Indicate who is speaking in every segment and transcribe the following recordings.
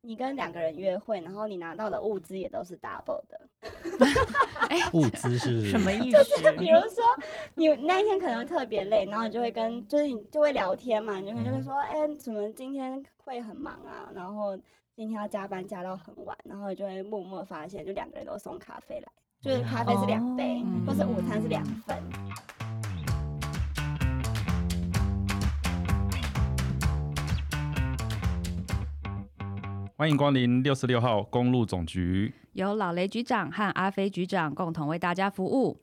Speaker 1: 你跟两个人约会，然后你拿到的物资也都是 double 的。
Speaker 2: 物资是
Speaker 3: 什么意
Speaker 1: 就
Speaker 3: 思？
Speaker 1: 比如说，你那一天可能特别累，然后你就会跟，就是你就会聊天嘛，你就会就会说，哎、怎么今天会很忙啊？然后今天要加班加到很晚，然后就会默默发现，就两个人都送咖啡来，就是咖啡是两杯，
Speaker 3: 哦
Speaker 1: 或是午餐是两份。
Speaker 4: 欢迎光临六十六号公路总局，
Speaker 3: 由老雷局长和阿飞局长共同为大家服务，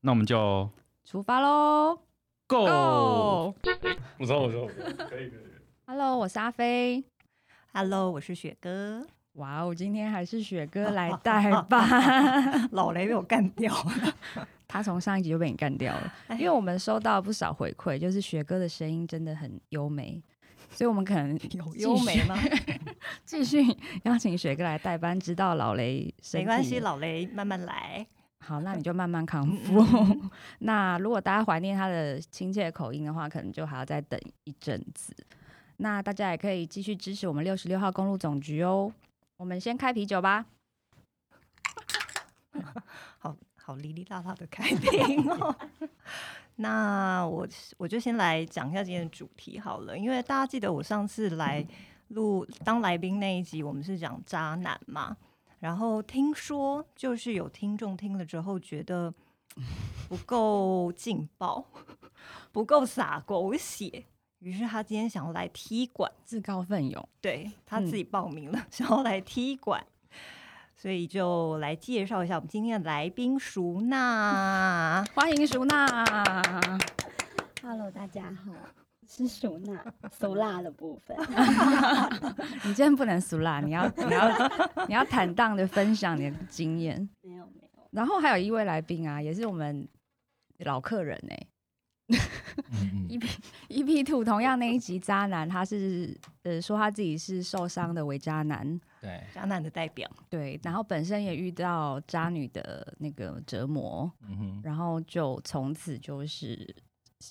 Speaker 4: 那我们就
Speaker 3: 出发喽
Speaker 4: Go。
Speaker 3: ！Go！Hello，
Speaker 4: 我说，我说，可以，可以。
Speaker 3: 我是阿飞。
Speaker 5: Hello，我是雪哥，
Speaker 3: 哇哦，今天还是雪 哥来带吧。
Speaker 5: 老雷被我干掉了。
Speaker 3: 他从上一集就被你干掉了，因为我们收到不少回馈，就是雪哥的声音真的很优美，所以我们 可能
Speaker 5: 有
Speaker 3: 继
Speaker 5: 优
Speaker 3: 续
Speaker 5: 美 吗？
Speaker 3: 继续邀请雪哥来代班，直到老雷身
Speaker 5: 没关系，
Speaker 3: 体
Speaker 5: 老雷慢慢来。
Speaker 3: 好，那你就慢慢康复。 那如果大家怀念他的亲切口音的话，可能就还要再等一阵子。那大家也可以继续支持我们六十六号公路总局哦。我们先开啤酒吧。
Speaker 5: 好好哩哩啦啦的开屏哦。 那我我就先来讲一下今天的主题好了，因为大家记得我上次来录当来宾那一集，我们是讲渣男嘛。然后听说就是有听众听了之后觉得不够劲爆，不够洒狗血，于是他今天想要来踢馆。
Speaker 3: 自告奋勇，
Speaker 5: 对他
Speaker 2: 嗯
Speaker 5: 自己报名了， 想要来踢馆，所以就来介绍一下我们今天的来宾熟娜。
Speaker 3: 欢迎淑娜。
Speaker 1: Hello，大家好，我是熟辣，熟辣的部分。
Speaker 3: 你今天不能俗啦，你要你要 你要坦荡的分享你的经验。
Speaker 1: 没有没有，
Speaker 3: 然后还有一位来宾啊，也是我们老客人哎、
Speaker 2: 嗯嗯
Speaker 3: EP EP Two 同样那一集渣男，他是呃说他自己是受伤的伪渣男，
Speaker 2: 对，
Speaker 5: 渣男的代表，
Speaker 3: 对，然后
Speaker 2: 嗯
Speaker 3: 本身也遇到渣女的那个折磨，
Speaker 2: 嗯哼
Speaker 3: 然后就从此就是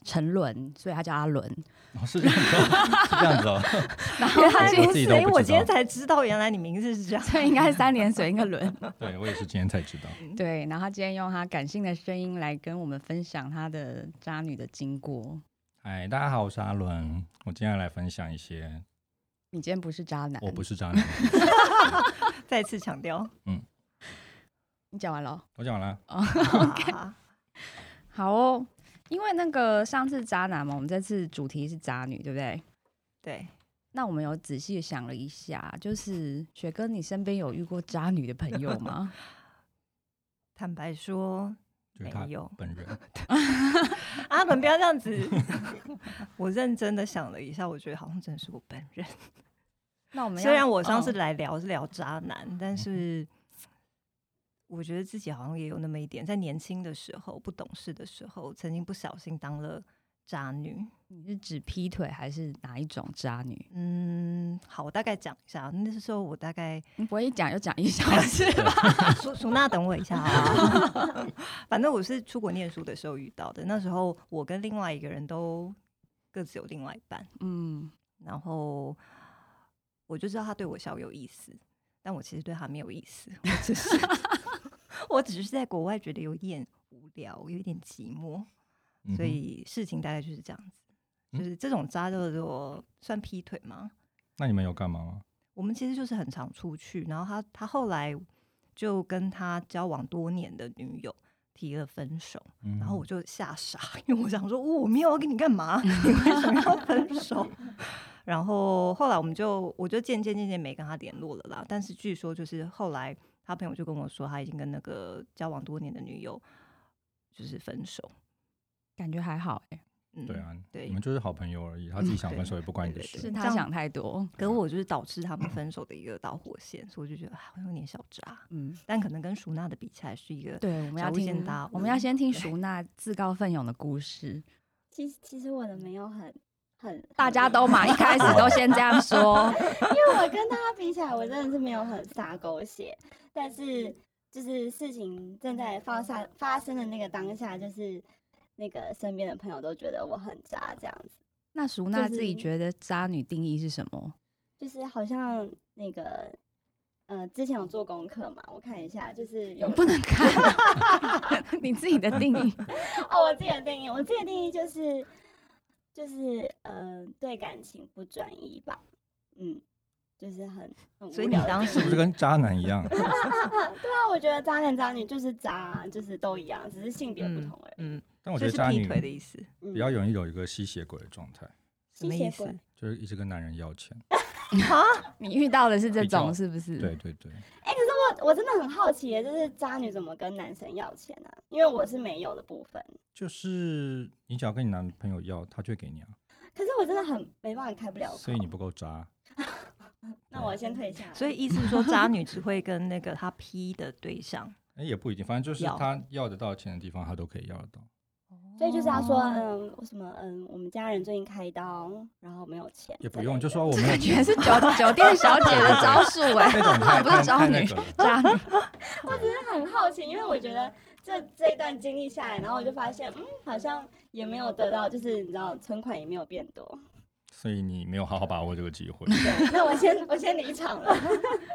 Speaker 3: 沉沦，所以他叫阿伦。
Speaker 2: 哦，是这 样子哦，是这样子哦，
Speaker 3: 然后
Speaker 5: 原
Speaker 3: 他
Speaker 5: 来
Speaker 3: 其
Speaker 2: 我
Speaker 5: 如
Speaker 2: 自
Speaker 5: 此
Speaker 2: 己，都
Speaker 5: 哎，
Speaker 2: 不
Speaker 5: 我
Speaker 2: 知
Speaker 5: 今天
Speaker 2: 道
Speaker 5: 才知道原来你名字是 这样。
Speaker 3: 这应该是三点水一个 轮，
Speaker 2: 对我也是今天才知道，
Speaker 3: 对。然后他今天用他感性的声音来跟我们分享他的渣女的经过。
Speaker 2: 嗨，大家好，我是阿伦，我今天来分享一些
Speaker 3: 你今天不是渣男，
Speaker 2: 我不是渣
Speaker 5: 嗯
Speaker 2: 男，
Speaker 5: 再次强 调。
Speaker 3: 你讲完了哦。
Speaker 2: 我讲完了，
Speaker 5: OK，
Speaker 3: 好哦，因为那个上次渣男嘛，我们这次主题是渣女，对不对？
Speaker 5: 对，
Speaker 3: 那我们有仔细地想了一下，就是雪哥，你身边有遇过渣女的朋友吗？
Speaker 5: 坦白说，
Speaker 2: 就是
Speaker 5: 没
Speaker 2: 他
Speaker 5: 有
Speaker 2: 本人，
Speaker 5: 阿伦不要这样子。 我认真的想了一下，我觉得好像真的是我本人。
Speaker 3: 那我们要
Speaker 5: 虽然我上次
Speaker 3: 嗯
Speaker 5: 来聊是聊渣男，但是我觉得自己好像也有那么一点，在年轻的时候、不懂事的时候，曾经不小心当了渣女。
Speaker 3: 你是指劈腿还是哪一种渣女？
Speaker 5: 嗯，好，我大概讲一下。那时候我大概
Speaker 3: 你嗯不会一讲就讲一小时 吧？
Speaker 5: 苏苏娜，等我一下啊。 反正我是出国念书的时候遇到的。那时候我跟另外一个人都各自有另外一半，
Speaker 3: 嗯，
Speaker 5: 然后我就知道他对我小有意思，但我其实对他没有意思，我只 是我只是在国外觉得有点无聊，有一点寂寞，
Speaker 2: 嗯哼
Speaker 5: 所以事情大概就是这样子。
Speaker 2: 嗯
Speaker 5: 就是这种渣叫做算劈腿吗？
Speaker 2: 那你们有干嘛吗？
Speaker 5: 我们其实就是很常出去，然后他他后来就跟他交往多年的女友提了分手，
Speaker 2: 嗯
Speaker 5: 然后我就吓傻， 因为我想说，哦、我没有要跟你干嘛， 你为什么要分手？ 然后后来我们就，我就渐渐渐渐没跟他联络了啦。但是据说就是后来他朋友就跟我说，他已经跟那个交往多年的女友就是分手。
Speaker 3: 感觉还好哎、
Speaker 5: 嗯，
Speaker 2: 对。啊，
Speaker 5: 对嗯
Speaker 2: 你们就是好朋友而已，他自己想分手也不关你的
Speaker 5: 对对
Speaker 2: 事
Speaker 3: 是。
Speaker 5: 这
Speaker 3: 他
Speaker 5: 样
Speaker 3: 想太多。
Speaker 5: 可我就是导致他们分手的一个导火线，所以我就觉得啊我有点小渣，
Speaker 3: 嗯，
Speaker 5: 但可能跟舒娜的比起来是一个
Speaker 3: 对，我们要
Speaker 5: 小巫见
Speaker 3: 听
Speaker 5: 大，
Speaker 3: 我们要
Speaker 5: 巫
Speaker 3: 先听
Speaker 5: 对
Speaker 3: 熟娜自告奋勇的故 事。
Speaker 1: 其实其实我的没有很很，
Speaker 3: 大家 都嘛，一开始都先这样说。
Speaker 1: 因为我跟大家比起来，我真的是没有很洒狗血，但
Speaker 5: 嗯
Speaker 1: 是就是事情正在发生发生的那个当下，就是那个身边的朋友都觉得我很渣，这样子，
Speaker 3: 那熟娜
Speaker 1: 就是
Speaker 3: 自己觉得渣女定义是什么？
Speaker 1: 就是好像那个呃，之前有做功课嘛，我看一下，就是有
Speaker 3: 不能看 你自己的定义。
Speaker 1: 哦，我自己的定义，我自己的定义就是就是呃，对感情不专一吧，嗯，就是很很无
Speaker 5: 所以你
Speaker 1: 聊的
Speaker 5: 当
Speaker 1: 定
Speaker 5: 时
Speaker 2: 是不
Speaker 1: 义
Speaker 2: 是跟渣男一 样？
Speaker 1: 对啊，我觉得渣男渣女就是渣啊，就是都一样，只是性别不
Speaker 5: 嗯
Speaker 1: 同而已。
Speaker 5: 嗯，
Speaker 2: 但我
Speaker 5: 就
Speaker 2: 觉得
Speaker 5: 是
Speaker 2: 渣
Speaker 5: 劈
Speaker 2: 女
Speaker 5: 腿的意思，
Speaker 1: 嗯
Speaker 2: 比较容易有一个吸血鬼的状态，
Speaker 5: 什么
Speaker 1: 吸血
Speaker 5: 意思
Speaker 1: 鬼？哎
Speaker 2: 就是一直跟男人要钱。
Speaker 3: 你遇到的是这
Speaker 2: 比较
Speaker 3: 种是不
Speaker 5: 嗯
Speaker 3: 是？
Speaker 2: 对，对对，
Speaker 1: 我我真的很好奇耶，就是渣女怎么跟男生要钱啊？因为我是没有的部分，
Speaker 2: 就是你只要跟你男朋友要，他就会给你啊，
Speaker 1: 可是我真的很没办法开不了口。
Speaker 2: 所以你不够渣。
Speaker 1: 那我先退下来。
Speaker 5: 所以意思是说，渣女只会跟那个她 P 的对象，
Speaker 2: 哎，也不一定，反正就是
Speaker 5: 要
Speaker 2: 他要得到钱的地方，他都可以要得到。
Speaker 1: 所以就是要说，
Speaker 5: 哦
Speaker 1: 嗯，为什么，嗯，我们家人最近开刀，然后没有钱之类的，
Speaker 2: 也不用就说我没有
Speaker 3: 感觉
Speaker 2: 钱，
Speaker 3: 是酒酒店小姐的招数哎、
Speaker 2: 那种太
Speaker 3: 不是
Speaker 2: 太
Speaker 3: 渣
Speaker 2: 太那
Speaker 3: 女
Speaker 2: 个了。
Speaker 3: 渣女。
Speaker 2: 对
Speaker 1: 真的很好奇，因为我觉得这这一段经历下来，然后我就发现，嗯，好像也没有得到，就是你知道，存款也没有变多。
Speaker 2: 所以你没有好好把握这个机会。
Speaker 1: 对， 那我先我先离场了。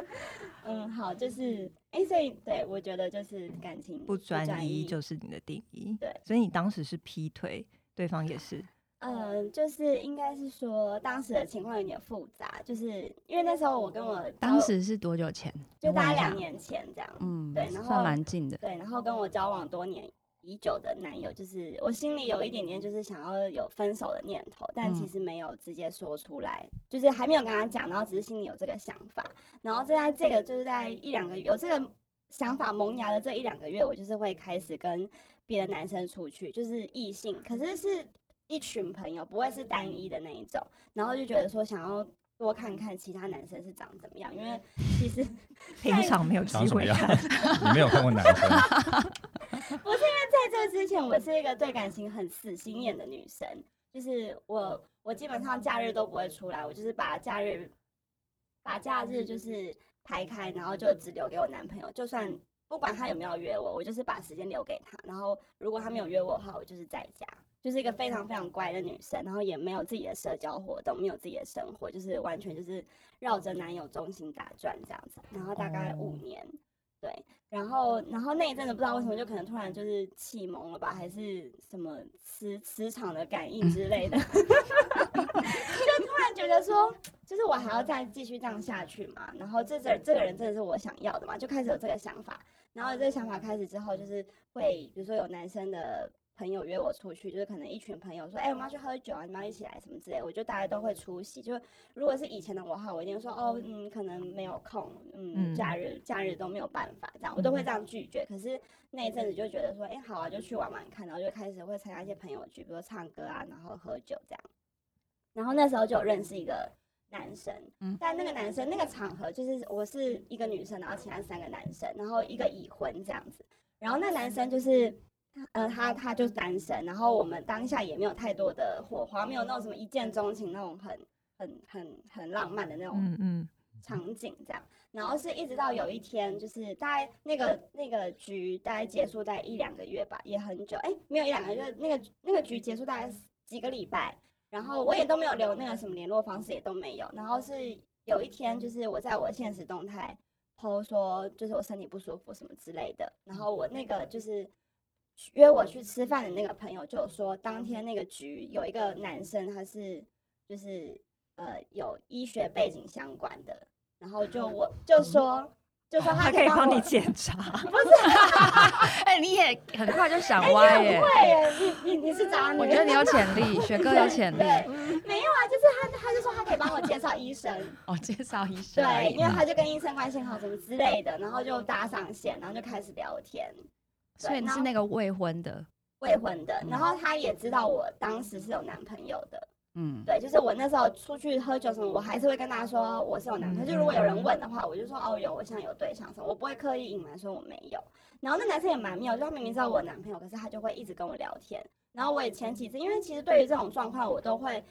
Speaker 1: 嗯，好，就是，哎、所以对我觉得就是感情
Speaker 5: 不专一
Speaker 1: 一，
Speaker 5: 就是你的定义。
Speaker 1: 对，
Speaker 5: 所以你当时是劈腿，对方 也是。
Speaker 1: 嗯，就是应该是说当时的情况有点复杂，就是因为那时候我跟我
Speaker 3: 当
Speaker 1: 交
Speaker 3: 时是多久前？
Speaker 1: 就大概
Speaker 3: 问一下
Speaker 1: 两，年前这样，
Speaker 3: 嗯，
Speaker 1: 对然后
Speaker 3: 算蛮近的。
Speaker 1: 对，然后跟我交往多年已久的男友，就是我心里有一点点就是想要有分手的念头，但其
Speaker 3: 嗯
Speaker 1: 实没有直接说出来，就是还没有跟他讲，然后只是心里有这个想法，然后就在这个就是在一两个月有这个想法萌芽的这一两个月，我就是会开始跟别的男生出去，就是异性，可是是一群朋友，不会是单一的那一种，然后就觉得说想要。多看看其他男生是长怎么样，因为其实
Speaker 5: 平常没有机
Speaker 2: 长什么
Speaker 5: 会
Speaker 2: 样
Speaker 5: 看，
Speaker 2: 你没有看过男生，
Speaker 1: 在这之前，我是一个对感情很死心眼的女生，就是我我基本上假日都不会出来，我就是把假日把假日就是排开，然后就只留给我男朋友，就算不管他有没有约我，我就是把时间留给他，然后如果他没有约我的话，我就是在家。就是一个非常非常乖的女生，然后也没有自己的社交活动，没有自己的生活，就是完全就是绕着男友中心打转这样子。然后大概五年，对，然后，然后那一阵子不知道为什么，就可能突然就是启蒙了吧，还是什么磁磁场的感应之类的， 就突然觉得说，就是我还要再继续这样下去嘛。然后这这这个人真的是我想要的嘛，就开始有这个想法。然后这个想法开始之后，就是会比如说有男生的朋友约我出去，就是可能一群朋友说，哎、我们要去喝酒啊，你们要一起来什么之类，我就大家都会出席。就如果是以前的我哈，我一定说哦，嗯，可能没有空，嗯，
Speaker 5: 嗯
Speaker 1: 假日假日都没有办法这样，我都会这样拒绝。可是那一阵子就觉得说，哎、好啊，就去玩玩看，然后就开始会参加一些朋友局，比如说唱歌啊，然后喝酒这样。然后那时候就有认识一个男生，
Speaker 3: 嗯
Speaker 1: 但那个男生那个场合就是我是一个女生，然后其他三个男生，然后一个已婚这样子。然后那男生就是，呃，他他就是单身，然后我们当下也没有太多的火花，没有那种什么一见钟情那种很很很很浪漫的那种
Speaker 5: 嗯嗯，
Speaker 1: 场景这样。然后是一直到有一天，就是大概那个那个局大概结束大概一两个月吧，也很久，哎，没有一两个月，那个那个局结束大概几个礼拜，然后我也都没有留那个什么联络方式，也都没有。然后是有一天，就是我在我现实动态 PO 说，就是我身体不舒服什么之类的，然后我那个就是。约我去吃饭的那个朋友就有说，当天那个局有一个男生，他是就是呃有医学背景相关的，然后就我就说就说他
Speaker 5: 他可以帮你
Speaker 1: 我
Speaker 5: 检 查，
Speaker 3: 哎、你也很快就想
Speaker 1: 哎，你
Speaker 3: 歪
Speaker 1: 很
Speaker 3: 耶、
Speaker 1: 会耶，你你你是渣女，
Speaker 3: 我觉得你 有潜力，学哥有潜力
Speaker 1: 对，没有啊，就是他他就说他可以帮我介绍医生，
Speaker 3: 哦。介绍医生而
Speaker 1: 对，
Speaker 3: 已，
Speaker 1: 因为他就跟医生关系好什么之类的，然后就搭上线，然后就开始聊天，
Speaker 3: 所以你是那个未婚的，
Speaker 1: 未婚的，然后他也知道我当时是有男朋友的，
Speaker 3: 嗯，
Speaker 1: 对，就是我那时候出去喝酒什么，我还是会跟大家说我是有男朋友。就如果有人问的话，我就说哦有，我现在有对象什么，我不会刻意隐瞒说我没有。然后那男生也蛮妙，就他明明知道我有男朋友，可是他就会一直跟我聊天。然后我也前几次，因为其实对于这种状况，我都会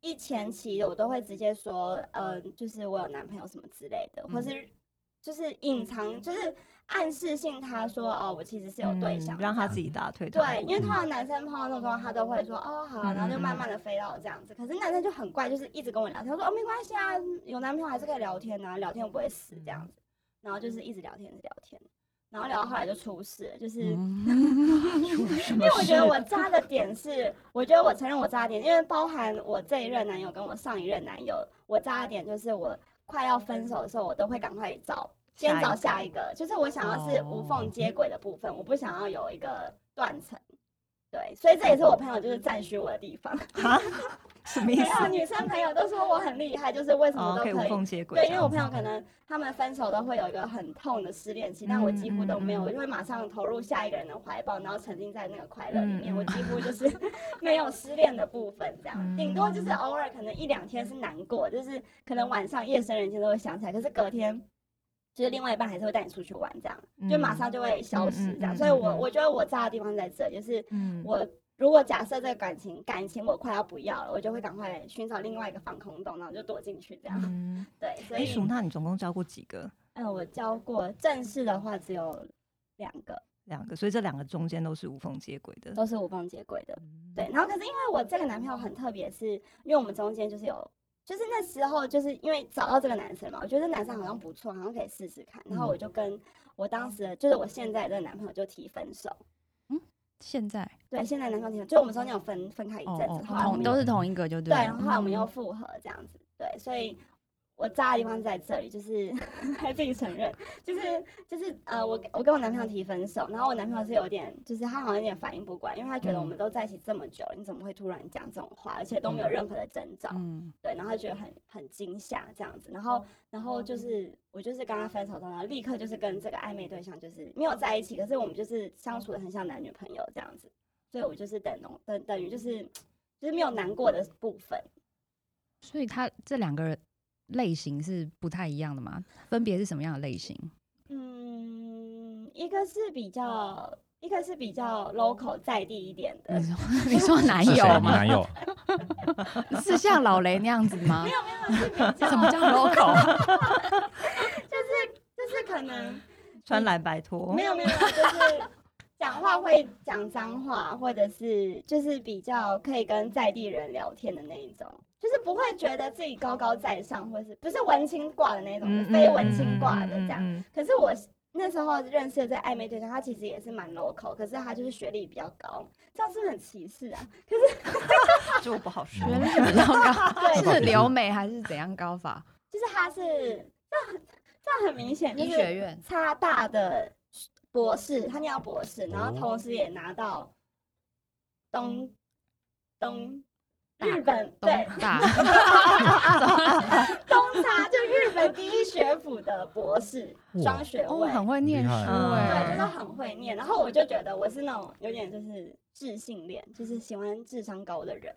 Speaker 1: 一前期我都会直接说，呃，就是我有男朋友什么之类的，或
Speaker 3: 嗯
Speaker 1: 是就是隐藏，就是暗示性他说哦，我其实是有对象的这样，
Speaker 5: 嗯让他自
Speaker 2: 嗯
Speaker 5: 己打退堂
Speaker 1: 对，
Speaker 5: 鼓
Speaker 1: 因为通常男生碰到那种状况，他都会说哦好啊，然后就慢慢的飞到这样子。可是男生就很怪，就是一直跟我聊天，他说哦没关系啊，有男朋友还是可以聊天啊，聊天又不会死这样子。然后就是一直聊天，一直聊天，然后聊到后来就出事了，就是、
Speaker 3: 嗯
Speaker 1: 因为我觉得我渣的点是，我觉得我承认我渣的点，因为包含我这一任男友跟我上一任男友，我渣的点就是我快要分手的时候，我都会赶快找先找下一个，就是我想要是无
Speaker 5: 哦
Speaker 1: 缝
Speaker 5: 嗯
Speaker 1: 接轨的部分，我不想要有一个断层。对，所以这也是我朋友就是赞许我的地方。
Speaker 5: 哈，什 么意
Speaker 1: 还有
Speaker 5: 思？
Speaker 1: 啊女生朋友都说我很厉害，就是为什么
Speaker 5: 哦，
Speaker 1: 都
Speaker 5: 可以无
Speaker 1: 可以
Speaker 5: 缝接轨
Speaker 1: 对，
Speaker 5: 这
Speaker 1: 因为我
Speaker 5: 样
Speaker 1: 朋友可
Speaker 5: 子。
Speaker 1: 能他们分手都会有一个很痛的失恋期，但我几乎都没有，
Speaker 5: 嗯嗯嗯
Speaker 1: 我就会马上投入下一个人的怀抱，然后沉浸在那个快乐里面。
Speaker 5: 嗯嗯
Speaker 1: 我几 乎就是没有失恋的部分，这样，
Speaker 5: 嗯
Speaker 1: 顶多就是偶尔可能一两天是难过，就是可能晚上夜深人静都会想起来，可是隔天。就是另外一半还是会带你出去玩，这样就马上就会消失，这样。
Speaker 5: 嗯嗯嗯嗯
Speaker 1: 所以我，我
Speaker 5: 嗯
Speaker 1: 觉得我炸的地方在这，就是
Speaker 5: 嗯
Speaker 1: 我如果假设这个感情感情我快要不要了，我就会赶快寻找另外一个防空洞，然后就躲进去这样。
Speaker 5: 嗯，
Speaker 1: 对，所
Speaker 5: 哎，
Speaker 1: 以
Speaker 5: 鼠娜，你总共教过几个？
Speaker 1: 嗯，我教过正式的话只有两个，
Speaker 5: 两个，所以这两个中间都是无缝接轨的。
Speaker 1: 都是无缝接轨的。
Speaker 3: 嗯
Speaker 1: 对，然后可是因为我这个男朋友很特别，是因为我们中间就是有，就是那时候就是因为找到这个男生嘛，我觉得这男生好像不错，好像可以试试看。然后
Speaker 3: 嗯
Speaker 1: 我就跟我当时的就是我现在的男朋友就提分手。
Speaker 3: 现在
Speaker 1: 对，现在男朋友提分，就我们中间有分分开一阵
Speaker 3: 哦
Speaker 1: 子，
Speaker 3: 哦，
Speaker 1: 后来我
Speaker 3: 同
Speaker 1: 们
Speaker 3: 都
Speaker 1: 又
Speaker 3: 是同一个就对
Speaker 1: 对，
Speaker 3: 了。
Speaker 1: 然后后来我们又
Speaker 3: 嗯
Speaker 1: 复合这样子，对，所以我渣的地方在这里，就是 还自己承认，就是就是呃，我我跟我男朋友提分手，然后我男朋友是有点，就是他好像有点反应不过来，因为他觉得我
Speaker 3: 嗯
Speaker 1: 们都在一起这么久了，你怎么会突然讲这种话，而且都没有任何的征兆，
Speaker 3: 嗯，
Speaker 1: 对，然后他觉得很很惊吓这样子，然后然后就是我就是跟他分手之后，然后立刻就是跟这个暧昧对象就是没有在一起，可是我们就是相处的很像男女朋友这样子，所以我就是等同等等于就是就是没有难过的部分，
Speaker 3: 所以它这两个类型是不太一样的嘛？分别是什么样的类型？
Speaker 1: 嗯，一个是比较一个是比较 local 在地一点 的，
Speaker 3: 你说你说男
Speaker 2: 是谁
Speaker 3: 友
Speaker 2: 你
Speaker 3: 吗？
Speaker 2: 男友？
Speaker 3: 是像老雷那样子吗？
Speaker 1: 是比较
Speaker 3: 什么叫 local？啊
Speaker 1: 就是可能
Speaker 5: 穿蓝白拖，
Speaker 1: 没有 没有，就是讲话会讲脏话，或者是就是比较可以跟在地人聊天的那一种，就是不会觉得自己高高在上，或是不是文青挂的那种，是非文青挂的这样。
Speaker 5: 嗯嗯。嗯嗯嗯嗯
Speaker 1: 可是我那时候认识的这暧昧对象，他其实也是蛮 local，可是他就是学历比较高，这样是不是很歧视啊？
Speaker 5: 嗯这我不好说。
Speaker 3: 原来是比较高，
Speaker 1: 对
Speaker 3: 是留美还是怎样高法？
Speaker 1: 就是他是这样，这样很明显，就
Speaker 3: 医
Speaker 1: 是
Speaker 3: 学院
Speaker 1: 差大的博士，他念到博士，然后
Speaker 2: 哦
Speaker 1: 同时也拿到东东
Speaker 3: 大
Speaker 1: 嗯日本
Speaker 3: 东
Speaker 1: 对
Speaker 3: 大
Speaker 1: 东差就日本第一学府的博士
Speaker 2: 哇
Speaker 1: 双学
Speaker 3: 哦，
Speaker 1: 位，
Speaker 3: 很会念书
Speaker 2: 厉害
Speaker 5: 啊
Speaker 1: 对，
Speaker 3: 哎
Speaker 1: 真的。很会念。然后我就觉得我是那种有点就是智性恋，就是喜欢智商高的人。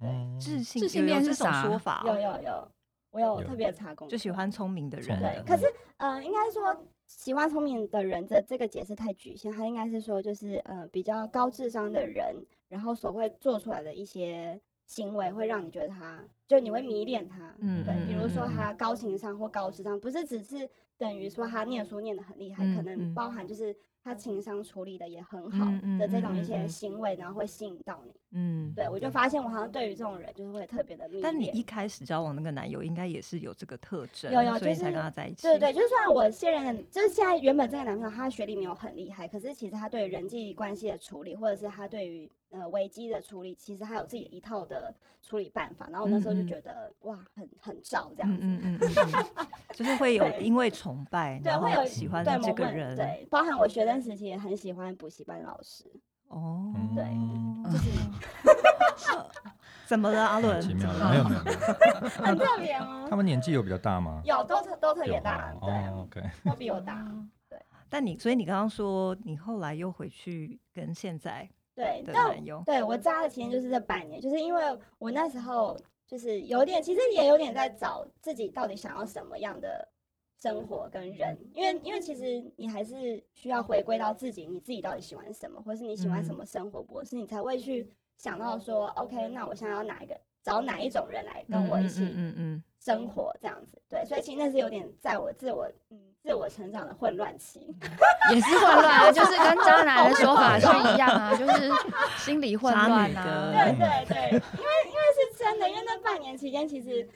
Speaker 2: 嗯
Speaker 5: 自信
Speaker 3: 自信
Speaker 5: 有有
Speaker 3: 恋是
Speaker 5: 这种
Speaker 3: 啥
Speaker 5: 说法哦，
Speaker 1: 有有有，我有
Speaker 2: 有
Speaker 1: 特别查功课，
Speaker 5: 就喜欢聪明的人。
Speaker 2: 聪
Speaker 1: 对
Speaker 2: 明，
Speaker 1: 可是呃，应该说喜欢聪明的人的这个解释太局限，他应该是说就是呃比较高智商的人，然后所会做出来的一些行为会让你觉得他，就你会迷恋他。
Speaker 5: 嗯
Speaker 1: 对，比如说
Speaker 5: 嗯嗯嗯
Speaker 1: 他高情商或高智商，不是只是等于说他念书念得很厉害，可
Speaker 5: 嗯
Speaker 1: 能
Speaker 5: 嗯
Speaker 1: 包含就是他情商处理的也很好
Speaker 5: 嗯嗯
Speaker 1: 的这
Speaker 5: 嗯
Speaker 1: 种一
Speaker 5: 嗯
Speaker 1: 些
Speaker 5: 嗯
Speaker 1: 行为，然后会吸引到你。
Speaker 5: 嗯，
Speaker 1: 对我就发现我好像对于这种人就是会特别的迷恋。
Speaker 5: 但你一开始交往那个男友应该也是有这个特征，
Speaker 1: 有有
Speaker 5: 所
Speaker 1: 就
Speaker 5: 以才
Speaker 1: 是
Speaker 5: 跟他在一起。
Speaker 1: 对对，就是虽然我现任的，就是现在原本这个男朋友，他学历没有很厉害，可是其实他对于人际关系的处理，或者是他对于呃危机的处理，其实他有自己一套的处理办法。然后我那时候就
Speaker 5: 嗯嗯
Speaker 1: 觉得、哇，很很照这样
Speaker 5: 嗯
Speaker 1: 子，
Speaker 5: 嗯嗯嗯嗯，就是会有
Speaker 1: 对
Speaker 5: 因为崇拜，
Speaker 1: 对
Speaker 5: 然
Speaker 1: 会
Speaker 5: 后
Speaker 1: 有
Speaker 5: 喜欢
Speaker 1: 对
Speaker 5: 这
Speaker 1: 某
Speaker 5: 个
Speaker 1: 个
Speaker 5: 人，
Speaker 1: 对，包含我学生时期也很喜欢补习班老师，
Speaker 5: 哦，
Speaker 1: 对
Speaker 2: 嗯
Speaker 5: 就是 怎么了，阿伦？
Speaker 2: 奇
Speaker 5: 怎
Speaker 2: 妙
Speaker 5: 么了
Speaker 2: 的，没有没有，没有
Speaker 1: 很特别吗
Speaker 2: 他？们年纪有比较 大吗？
Speaker 1: 有都特都特别
Speaker 2: 有
Speaker 1: 大，
Speaker 2: 哦
Speaker 1: 对啊，
Speaker 2: 哦，OK，
Speaker 1: 都比我大。
Speaker 5: 但你，所以你刚刚说你后来又回去跟现在
Speaker 1: 对，
Speaker 5: 的
Speaker 1: 但
Speaker 5: 男友，
Speaker 1: 对我渣的期间就是这半年，就是因为我那时候就是有点，其实也有点在找自己到底想要什么样的生活跟人，因为因为其实你还是需要回归到自己，你自己到底喜欢什么，或是你喜欢什
Speaker 5: 嗯
Speaker 1: 么生活模式，你才会去想到说，OK，那我现在要哪一个找哪一种人来跟我一起
Speaker 5: 嗯嗯
Speaker 1: 生活这样子。对，所以其实那是有点在我自我嗯自我成长的混乱期。
Speaker 3: 也是混乱 啊，就是跟渣男的说法是一样啊，就是心理混 乱
Speaker 5: 渣
Speaker 1: 对
Speaker 5: 女
Speaker 3: 啊。
Speaker 1: 对对，因为因为是真的，因为那半年期间，其实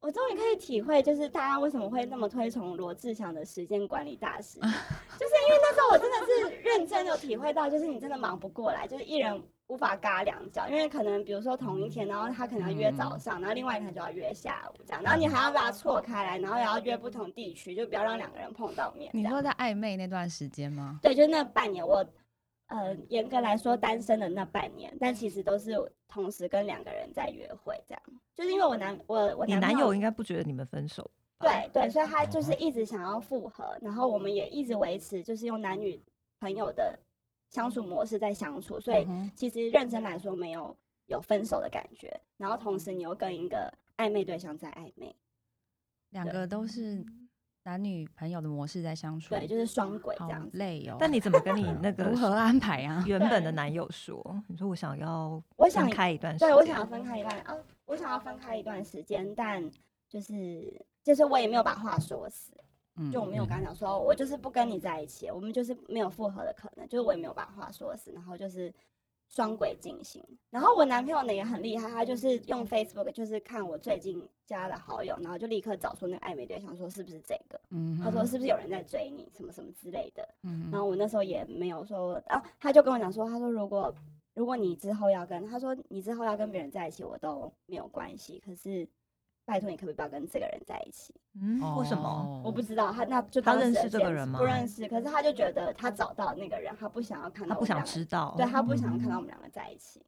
Speaker 1: 我终于可以体会，就是大家为什么会那么推崇罗志祥的时间管理大师，就是因为那时候我真的是认真的体会到，就是你真的忙不过来，就是一人。无法嘎两脚，因为可能比如说同一天，然后他可能要约早上，然后另外一个就要约下午这样，然后你还要把它错开来，然后也要约不同地区，就不要让两个人碰到面。这
Speaker 3: 你
Speaker 1: 样
Speaker 3: 说在暧昧那段时间吗？
Speaker 1: 对，就是那半年我，呃，严格来说单身的那半年，但其实都是同时跟两个人在约会，这样。就是因为我男我我
Speaker 5: 你男
Speaker 1: 朋友
Speaker 5: 友应该不觉得你们分手吧？
Speaker 1: 对对，所以他就是一直想要复合，然后我们也一直维持就是用男女朋友的相处模式在相处，所以
Speaker 3: 嗯哼
Speaker 1: 其实认真来说没有有分手的感觉，然后同时你又跟一个暧昧对象在暧昧，
Speaker 3: 两个都是男女朋友的模式在相处，
Speaker 1: 对，就是双轨
Speaker 3: 好
Speaker 1: 这样子。
Speaker 3: 累哦。
Speaker 5: 但你怎么 跟你那个
Speaker 3: 如何安排啊？
Speaker 5: 原本的男友说？你说我想要
Speaker 1: 我
Speaker 5: 分
Speaker 1: 想
Speaker 5: 开一段时间，
Speaker 1: 对，我想要分开一段啊，我想要分开一段时间，但就是就是我也没有把话说死，
Speaker 3: 嗯
Speaker 1: 就我没有跟他讲说，我就是不跟你在一起，我们就是没有复合的可能，就是我也没有把话说死，然后就是双轨进行。然后我男朋友呢也很厉害，他就是用 Facebook 就是看我最近加的好友，然后就立刻找出那个暧昧对象，说是不是这个？
Speaker 3: 嗯哼，
Speaker 1: 他说是不是有人在追你，什么什么之类的。
Speaker 3: 嗯
Speaker 1: 然
Speaker 3: 哼，
Speaker 1: 后我那时候也没有说，啊，他就跟我讲说，他说如果如果你之后要跟，他说你之后要跟别人在一起，我都没有关系，可是拜托你可不可以不要跟这个人在一起？
Speaker 5: 嗯，为什么？
Speaker 3: 哦
Speaker 1: 我不知道他那就
Speaker 5: 他
Speaker 1: 当
Speaker 5: 认
Speaker 1: 时的
Speaker 5: 识这个
Speaker 1: 坚
Speaker 5: 人
Speaker 1: 持
Speaker 5: 吗
Speaker 1: 不认识，可是他就觉得他找到那个人，他不想要看
Speaker 5: 他
Speaker 1: 到
Speaker 5: 不
Speaker 1: 我们
Speaker 5: 想
Speaker 1: 两个
Speaker 5: 知道，嗯哦
Speaker 1: 对他不想看到我们两个在一起。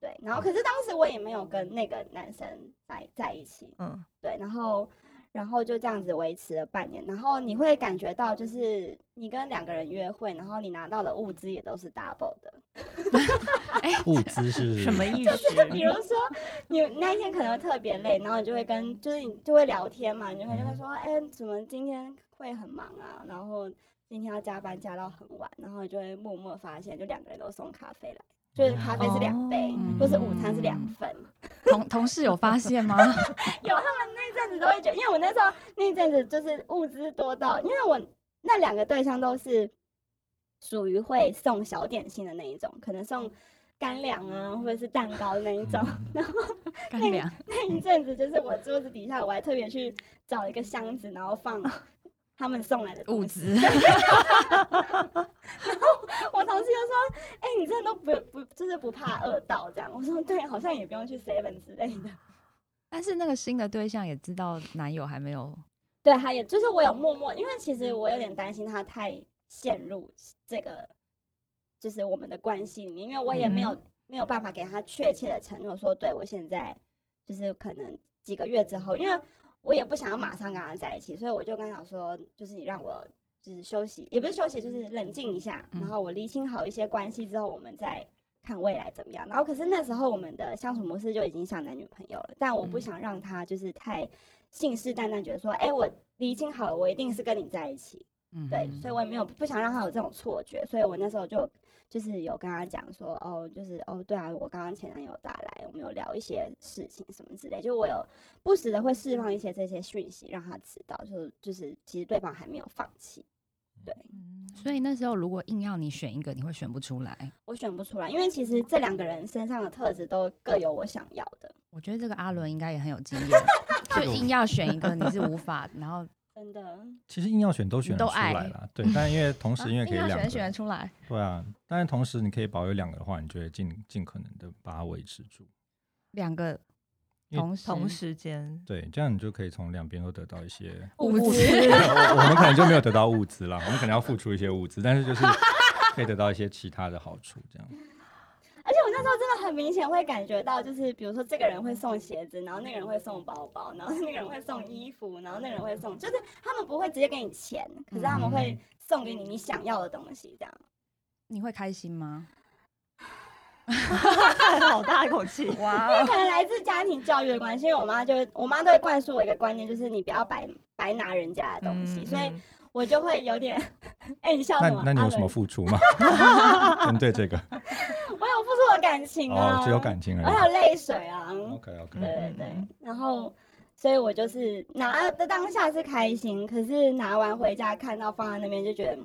Speaker 1: 对，然后可是当时我也没有跟那个男生在在一起，
Speaker 5: 嗯，
Speaker 1: 对，然后然后就这样子维持了半年，然后你会感觉到就是你跟两个人约会，然后你拿到的物资也都是 double 的，
Speaker 2: 物资 是
Speaker 5: 什么意思？
Speaker 1: 比如说你那一天可能特别累，然后你就会跟就是你就会聊天嘛，你就会就会说，哎、怎么今天会很忙啊？然后今天要加班加到很晚，然后你就会默默发现，就两个人都送咖啡来。就是咖啡是两杯，或是午餐是两份，
Speaker 3: 同同事有发现 吗？
Speaker 1: 有他们那一阵子都会觉得，因为我那时候那一阵子就是物资多到，因为我那两个对象都是属于会送小点心的那一种，可能送干粮啊，或者是蛋糕的那一种。然后
Speaker 3: 嗯干 粮，
Speaker 1: 那一阵子，就是我桌子底下，我还特别去找一个箱子，然后放他们送来的东
Speaker 3: 物
Speaker 1: 西。
Speaker 3: 资，
Speaker 1: 我同事就说：“哎、你真的都不不就是不怕饿到这样？”我说：“对，好像也不用去 seven 之类的。”
Speaker 3: 但是那个新的对象也知道男友还没有，
Speaker 1: 对，他也就是我有默默，因为其实我有点担心他太陷入这个，就是我们的关系里面，因为我也没有、没有办法给他确切的承诺说，对我现在就是可能几个月之后，因为我也不想要马上跟他在一起，所以我就跟他讲说，就是你让我就是休息，也不是休息，就是冷静一下，然
Speaker 3: 嗯
Speaker 1: 后我理清好一些关系之后，我们再。看未来怎么样，然后可是那时候我们的相处模式就已经像男女朋友了，但我不
Speaker 3: 嗯
Speaker 1: 想让他就是太信誓旦旦觉得说，哎、我理清好了，我一定是跟你在一起。
Speaker 3: 嗯
Speaker 1: 对，所以我也没有不想让他有这种错觉，所以我那时候就就是有跟他讲说，哦，就是哦，对啊，我刚刚前男友打来，我们有聊一些事情什么之类，就我有不时的会释放一些这些讯息让他知道，就就是其实对方还没有放弃。对
Speaker 3: 所以那时候如果硬要你选一个，你会选不出来。
Speaker 1: 我选不出来，因为其实这两个人身上的特质都各有我想要的，
Speaker 3: 我觉得这个阿伦应该也很有经验，就硬要选一个你是无法，然后
Speaker 1: 真 的。
Speaker 2: 其实硬要选都选得
Speaker 3: 都
Speaker 2: 出来
Speaker 3: 爱啊
Speaker 2: 啦，对。但因为同时因为可以
Speaker 3: 硬要
Speaker 2: 两
Speaker 3: 选
Speaker 2: 个，
Speaker 3: 选得出来。
Speaker 2: 对啊。但是同时你可以保有两个的话，你就会尽尽可能的把它维持住。
Speaker 3: 两个
Speaker 2: 因为
Speaker 3: 同 时
Speaker 5: 同 时间，
Speaker 2: 对，这样你就可以从两边都得到一些。呃
Speaker 3: 物资，
Speaker 2: 我我们可能就没有得到物资啦，我们可能要付出一些物资，但是就是可以得到一些其他的好处，这样。
Speaker 1: 而且我那时候真的很明显会感觉到，就是比如说这个人会送鞋子，然后那个人会送包包，然后那个人会送衣服，然后那个人会送，就是他们不会直接给你钱，可是他们
Speaker 2: 嗯
Speaker 1: 会送给你你想要的东西，这样。
Speaker 3: 你会开心吗？
Speaker 5: 叹好大一口气，
Speaker 3: 哇，
Speaker 1: 可能来自家庭教育的关系，因为我妈就会，我妈都会灌输我一个观念，就是你不要白白拿人家的东西，所以我就会有点，哎、你笑
Speaker 2: 嗯那
Speaker 1: 什么？
Speaker 2: 那你
Speaker 1: 阿
Speaker 2: 有什么
Speaker 1: 伦
Speaker 2: 付出吗？针对这个，
Speaker 1: 我有付出，有感情啊，
Speaker 2: 哦，只有感情
Speaker 1: 我
Speaker 2: 而
Speaker 1: 还
Speaker 2: 已。
Speaker 1: 有泪水啊，
Speaker 2: 哦 OK
Speaker 1: 对
Speaker 2: OK，
Speaker 1: 对对
Speaker 5: 嗯，
Speaker 1: 然后。所以我就是拿的当下是开心，可是拿完回家看到放在那边就觉得嗯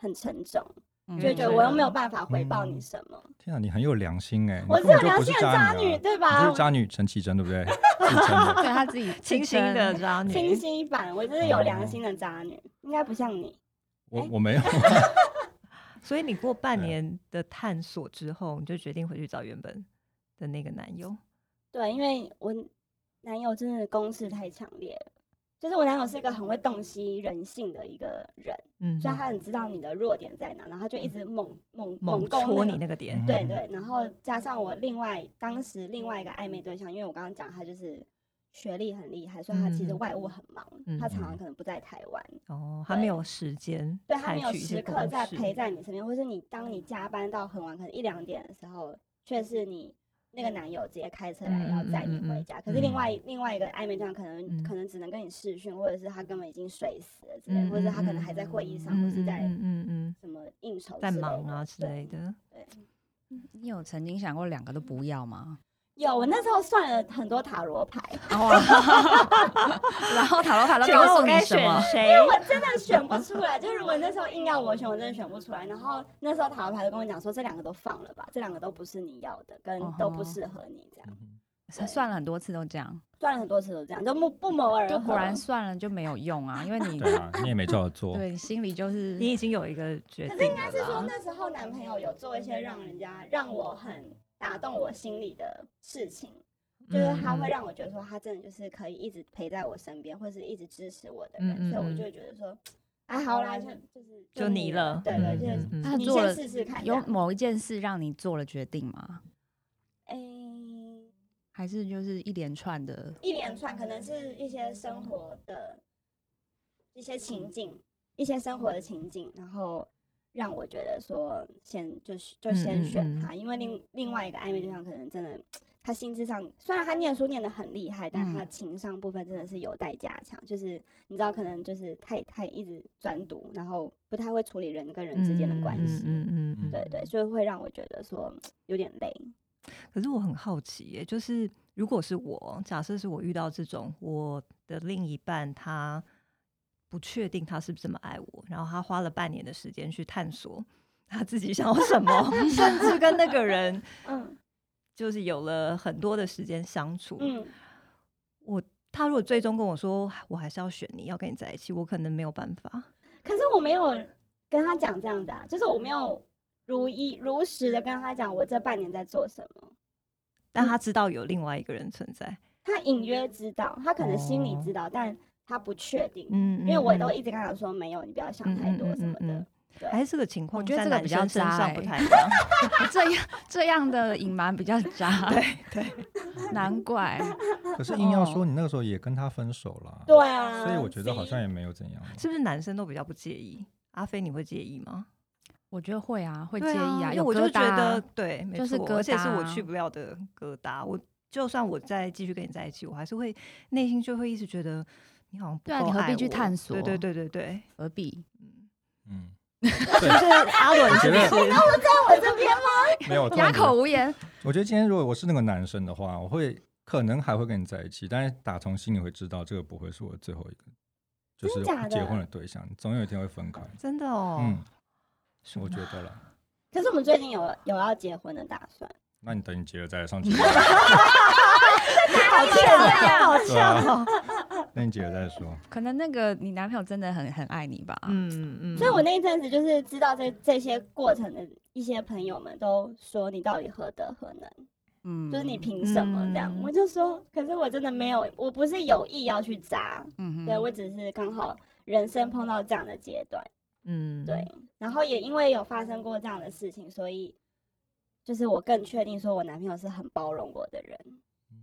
Speaker 1: 很沉重，
Speaker 3: 嗯
Speaker 1: 就觉得我又没有办法回报
Speaker 2: 啊嗯
Speaker 1: 你什么。
Speaker 2: 天啊，你很有良心哎，你
Speaker 1: 我
Speaker 2: 根
Speaker 1: 是
Speaker 2: 本
Speaker 1: 有
Speaker 2: 就
Speaker 1: 良
Speaker 2: 不是
Speaker 1: 心的
Speaker 2: 渣
Speaker 1: 渣
Speaker 2: 女
Speaker 1: 女，
Speaker 2: 啊，
Speaker 1: 对
Speaker 2: 你
Speaker 1: 吧
Speaker 2: 就是？渣女陈绮贞对不对？自称的
Speaker 3: 对他自己
Speaker 5: 清新的渣
Speaker 1: 我
Speaker 5: 女，
Speaker 1: 清晰版，我就是有良
Speaker 2: 哦
Speaker 1: 心的渣女，应该不像你。
Speaker 2: 我
Speaker 1: 哎
Speaker 2: 我没有，
Speaker 5: 所以你过半
Speaker 2: 对
Speaker 5: 年的探索之后，你就决定回去找原本的那个男友。
Speaker 1: 对，因为我男友真的攻势太强烈了，就是我男友是一个很会洞悉人性的一个人，
Speaker 5: 嗯
Speaker 1: 所以
Speaker 5: 哼
Speaker 1: 啊他很知道你的弱点在哪，然后他就一直猛猛
Speaker 5: 猛
Speaker 1: 攻
Speaker 5: 戳你
Speaker 1: 个
Speaker 5: 那个点，
Speaker 1: 对对，然后加上我另外当时另外一个暧昧对象，因为我刚刚讲他就是学历很厉害，所以他其实
Speaker 5: 嗯
Speaker 1: 外务很忙，他常
Speaker 2: 嗯
Speaker 1: 常可能不在台湾，
Speaker 5: 哦，他没
Speaker 1: 对
Speaker 5: 有时间
Speaker 1: 对他
Speaker 5: 采
Speaker 1: 没有
Speaker 5: 取一些
Speaker 1: 时
Speaker 5: 攻
Speaker 1: 刻在
Speaker 5: 势
Speaker 1: 陪在你身边，或是你当你加班到很晚，可能一两点的时候，却是你那个男友直接开车来
Speaker 5: 嗯
Speaker 1: 要
Speaker 5: 嗯
Speaker 1: 载
Speaker 5: 嗯
Speaker 1: 你
Speaker 5: 嗯
Speaker 1: 回
Speaker 5: 嗯
Speaker 1: 家。可是另外另外一个暧昧对象可
Speaker 5: 嗯
Speaker 1: 能可能只能跟你视讯，或者是他根本已经睡死了之类的，或者是他可能还在会议上，或是在
Speaker 5: 嗯嗯嗯
Speaker 1: 什么应酬
Speaker 5: 嗯，在
Speaker 1: 之类
Speaker 5: 忙
Speaker 1: 的
Speaker 5: 啊之
Speaker 1: 对
Speaker 5: 类的。
Speaker 3: 你有曾经想过两个都不要吗？
Speaker 1: 有，我那时候算了很多塔罗牌，
Speaker 3: 哇然后塔 罗牌都
Speaker 5: 请问
Speaker 3: 告
Speaker 5: 我
Speaker 3: 诉你
Speaker 5: 该
Speaker 3: 什
Speaker 5: 选
Speaker 3: 么？
Speaker 5: 谁？
Speaker 1: 我真的选不出来。就是如果那时候硬要我选，我真的选不出来。然后那时候塔罗牌就跟我讲说，这两个都放了吧，这两个都不是你要的，跟都不
Speaker 3: 哦吼
Speaker 1: 适合你这样。
Speaker 3: 算了很多次都这样，
Speaker 1: 算了很多次都这样，就不不谋而合。
Speaker 3: 就果然算了就没有用啊，因为你
Speaker 2: 对啊，你也没照着做，
Speaker 3: 对你心里就是
Speaker 5: 你已经有一个决
Speaker 1: 可是
Speaker 5: 定
Speaker 1: 应该
Speaker 5: 了
Speaker 1: 是说
Speaker 5: 啦
Speaker 1: 那时候男朋友有做一些让人家让我很打动我心里的事情，就是他会
Speaker 5: 嗯
Speaker 1: 让我觉得说他真的就是可以一直陪在我身边，或是一直支持我的
Speaker 5: 嗯
Speaker 1: 人，
Speaker 5: 嗯
Speaker 1: 所以我
Speaker 5: 嗯
Speaker 1: 就会觉得说，哎，好啦，就就是
Speaker 5: 就你了
Speaker 1: 对对，就是
Speaker 2: 嗯嗯
Speaker 3: 他
Speaker 1: 你
Speaker 3: 做了
Speaker 1: 先试试看这
Speaker 3: 有
Speaker 1: 样。
Speaker 3: 某一件事让你做了决定吗？
Speaker 1: 哎，
Speaker 3: 还是就是一连串的？
Speaker 1: 一连串可能是一些生活的一些情境，一些生活的情境，然后让我觉得说先就是就
Speaker 5: 嗯
Speaker 1: 先
Speaker 5: 嗯
Speaker 1: 选
Speaker 5: 嗯
Speaker 1: 他，因为另另外一个暧昧对象可能真的他心智上虽然他念书念得很厉害，但他
Speaker 3: 嗯
Speaker 1: 的情商部分真的是有待加
Speaker 5: 嗯
Speaker 1: 强，就是你知道可能就是太太一直专读，然后不太会处理人跟人之间的关系。
Speaker 5: 嗯嗯嗯嗯
Speaker 1: 对对，所以会让我觉得说有点累。
Speaker 5: 可是我很好奇耶，就是如果是我，假设是我遇到这种我的另一半，他不确定他是不是这么爱我，然后他花了半年的时间去探索他自己想要什 么，甚至跟那个人
Speaker 1: 嗯
Speaker 5: 就是有了很多的时间相处。
Speaker 1: 嗯，
Speaker 5: 我他如果最终跟我说我还是要选你，要跟你在一起，我可能没有办法。
Speaker 1: 可是我没有跟他讲这样的、啊，就是我没有如一如实的跟他讲我这半年在做什么。
Speaker 5: 但
Speaker 3: 嗯
Speaker 5: 他知道有另外一个人存在，
Speaker 1: 他隐约知道，他可能心里
Speaker 5: 哦
Speaker 1: 知道，但他不确定，
Speaker 5: 嗯，
Speaker 1: 因为我
Speaker 5: 嗯
Speaker 1: 都
Speaker 5: 嗯
Speaker 1: 一直跟他讲说没有，你不要想
Speaker 5: 嗯
Speaker 1: 太
Speaker 5: 嗯
Speaker 1: 多
Speaker 5: 嗯
Speaker 1: 什么的。
Speaker 5: 嗯嗯
Speaker 1: 对
Speaker 5: 还是这个情况，
Speaker 3: 觉得这个比较
Speaker 5: 身
Speaker 3: 渣
Speaker 5: 上不
Speaker 3: 欸
Speaker 5: 太一样。
Speaker 3: 这样这样的隐瞒比较渣，
Speaker 5: 对对，
Speaker 3: 难怪。
Speaker 2: 可是硬要说你那个时候也跟他分手了，
Speaker 1: 哦对啊，
Speaker 2: 所以我觉得好像
Speaker 1: 也
Speaker 2: 也没有怎样嘛。
Speaker 5: 是不是男生都比较不介意？阿飞，你会介意吗？
Speaker 3: 我觉得会啊，会
Speaker 5: 对
Speaker 3: 介意
Speaker 5: 啊，因为
Speaker 3: 有
Speaker 5: 我
Speaker 3: 疙
Speaker 5: 就
Speaker 3: 瘩
Speaker 5: 觉得
Speaker 3: 啊。
Speaker 5: 对，没
Speaker 3: 就是
Speaker 5: 错，
Speaker 3: 疙
Speaker 5: 而且是我
Speaker 3: 瘩啊
Speaker 5: 去不了的疙瘩。我就算我再继续跟你在一起，我还是会内心就会一直觉得你好像不
Speaker 3: 对啊
Speaker 5: 够
Speaker 3: 你何
Speaker 5: 爱
Speaker 3: 必去
Speaker 5: 我
Speaker 3: 探索
Speaker 5: 对对对对对，
Speaker 3: 何必？
Speaker 2: 嗯，
Speaker 5: 就是阿伦
Speaker 2: 我
Speaker 5: 是
Speaker 2: 觉
Speaker 5: 不
Speaker 2: 得
Speaker 5: 是？
Speaker 1: 在我这边吗？
Speaker 2: 没有。我突然
Speaker 3: 哑
Speaker 2: 觉得
Speaker 3: 口无言。
Speaker 2: 我觉得今天如果我是那个男生的话，我会可能还会跟你在一起，但是打从心里会知道这个不会是我最后一个，就是
Speaker 1: 真假的
Speaker 2: 结婚的对象，总有一天会分开。
Speaker 5: 真的哦，
Speaker 2: 嗯，
Speaker 5: 是
Speaker 2: 我
Speaker 5: 吗
Speaker 2: 觉得 了。
Speaker 1: 可是我们最近有有要结婚的打算，
Speaker 2: 那你等你结了再来 上节目，
Speaker 5: 好像好
Speaker 2: 对啊
Speaker 5: 像哦，
Speaker 2: 等你结了再说。
Speaker 3: 可能那个你男朋友真的很很爱你吧。
Speaker 5: 嗯嗯，
Speaker 1: 所以我那一阵子就是知道这这些过程的一些朋友们都说你到底何德何能。
Speaker 3: 嗯
Speaker 1: 就是你凭什么这样？
Speaker 5: 嗯
Speaker 1: 我就说，可是我真的没有，我不是有意要去砸，
Speaker 3: 嗯
Speaker 1: 对
Speaker 3: 哼
Speaker 1: 我只是刚好人生碰到这样的阶段，
Speaker 5: 嗯
Speaker 1: 对，然后也因为有发生过这样的事情，所以就是我更确定说我男朋友是很包容我的人，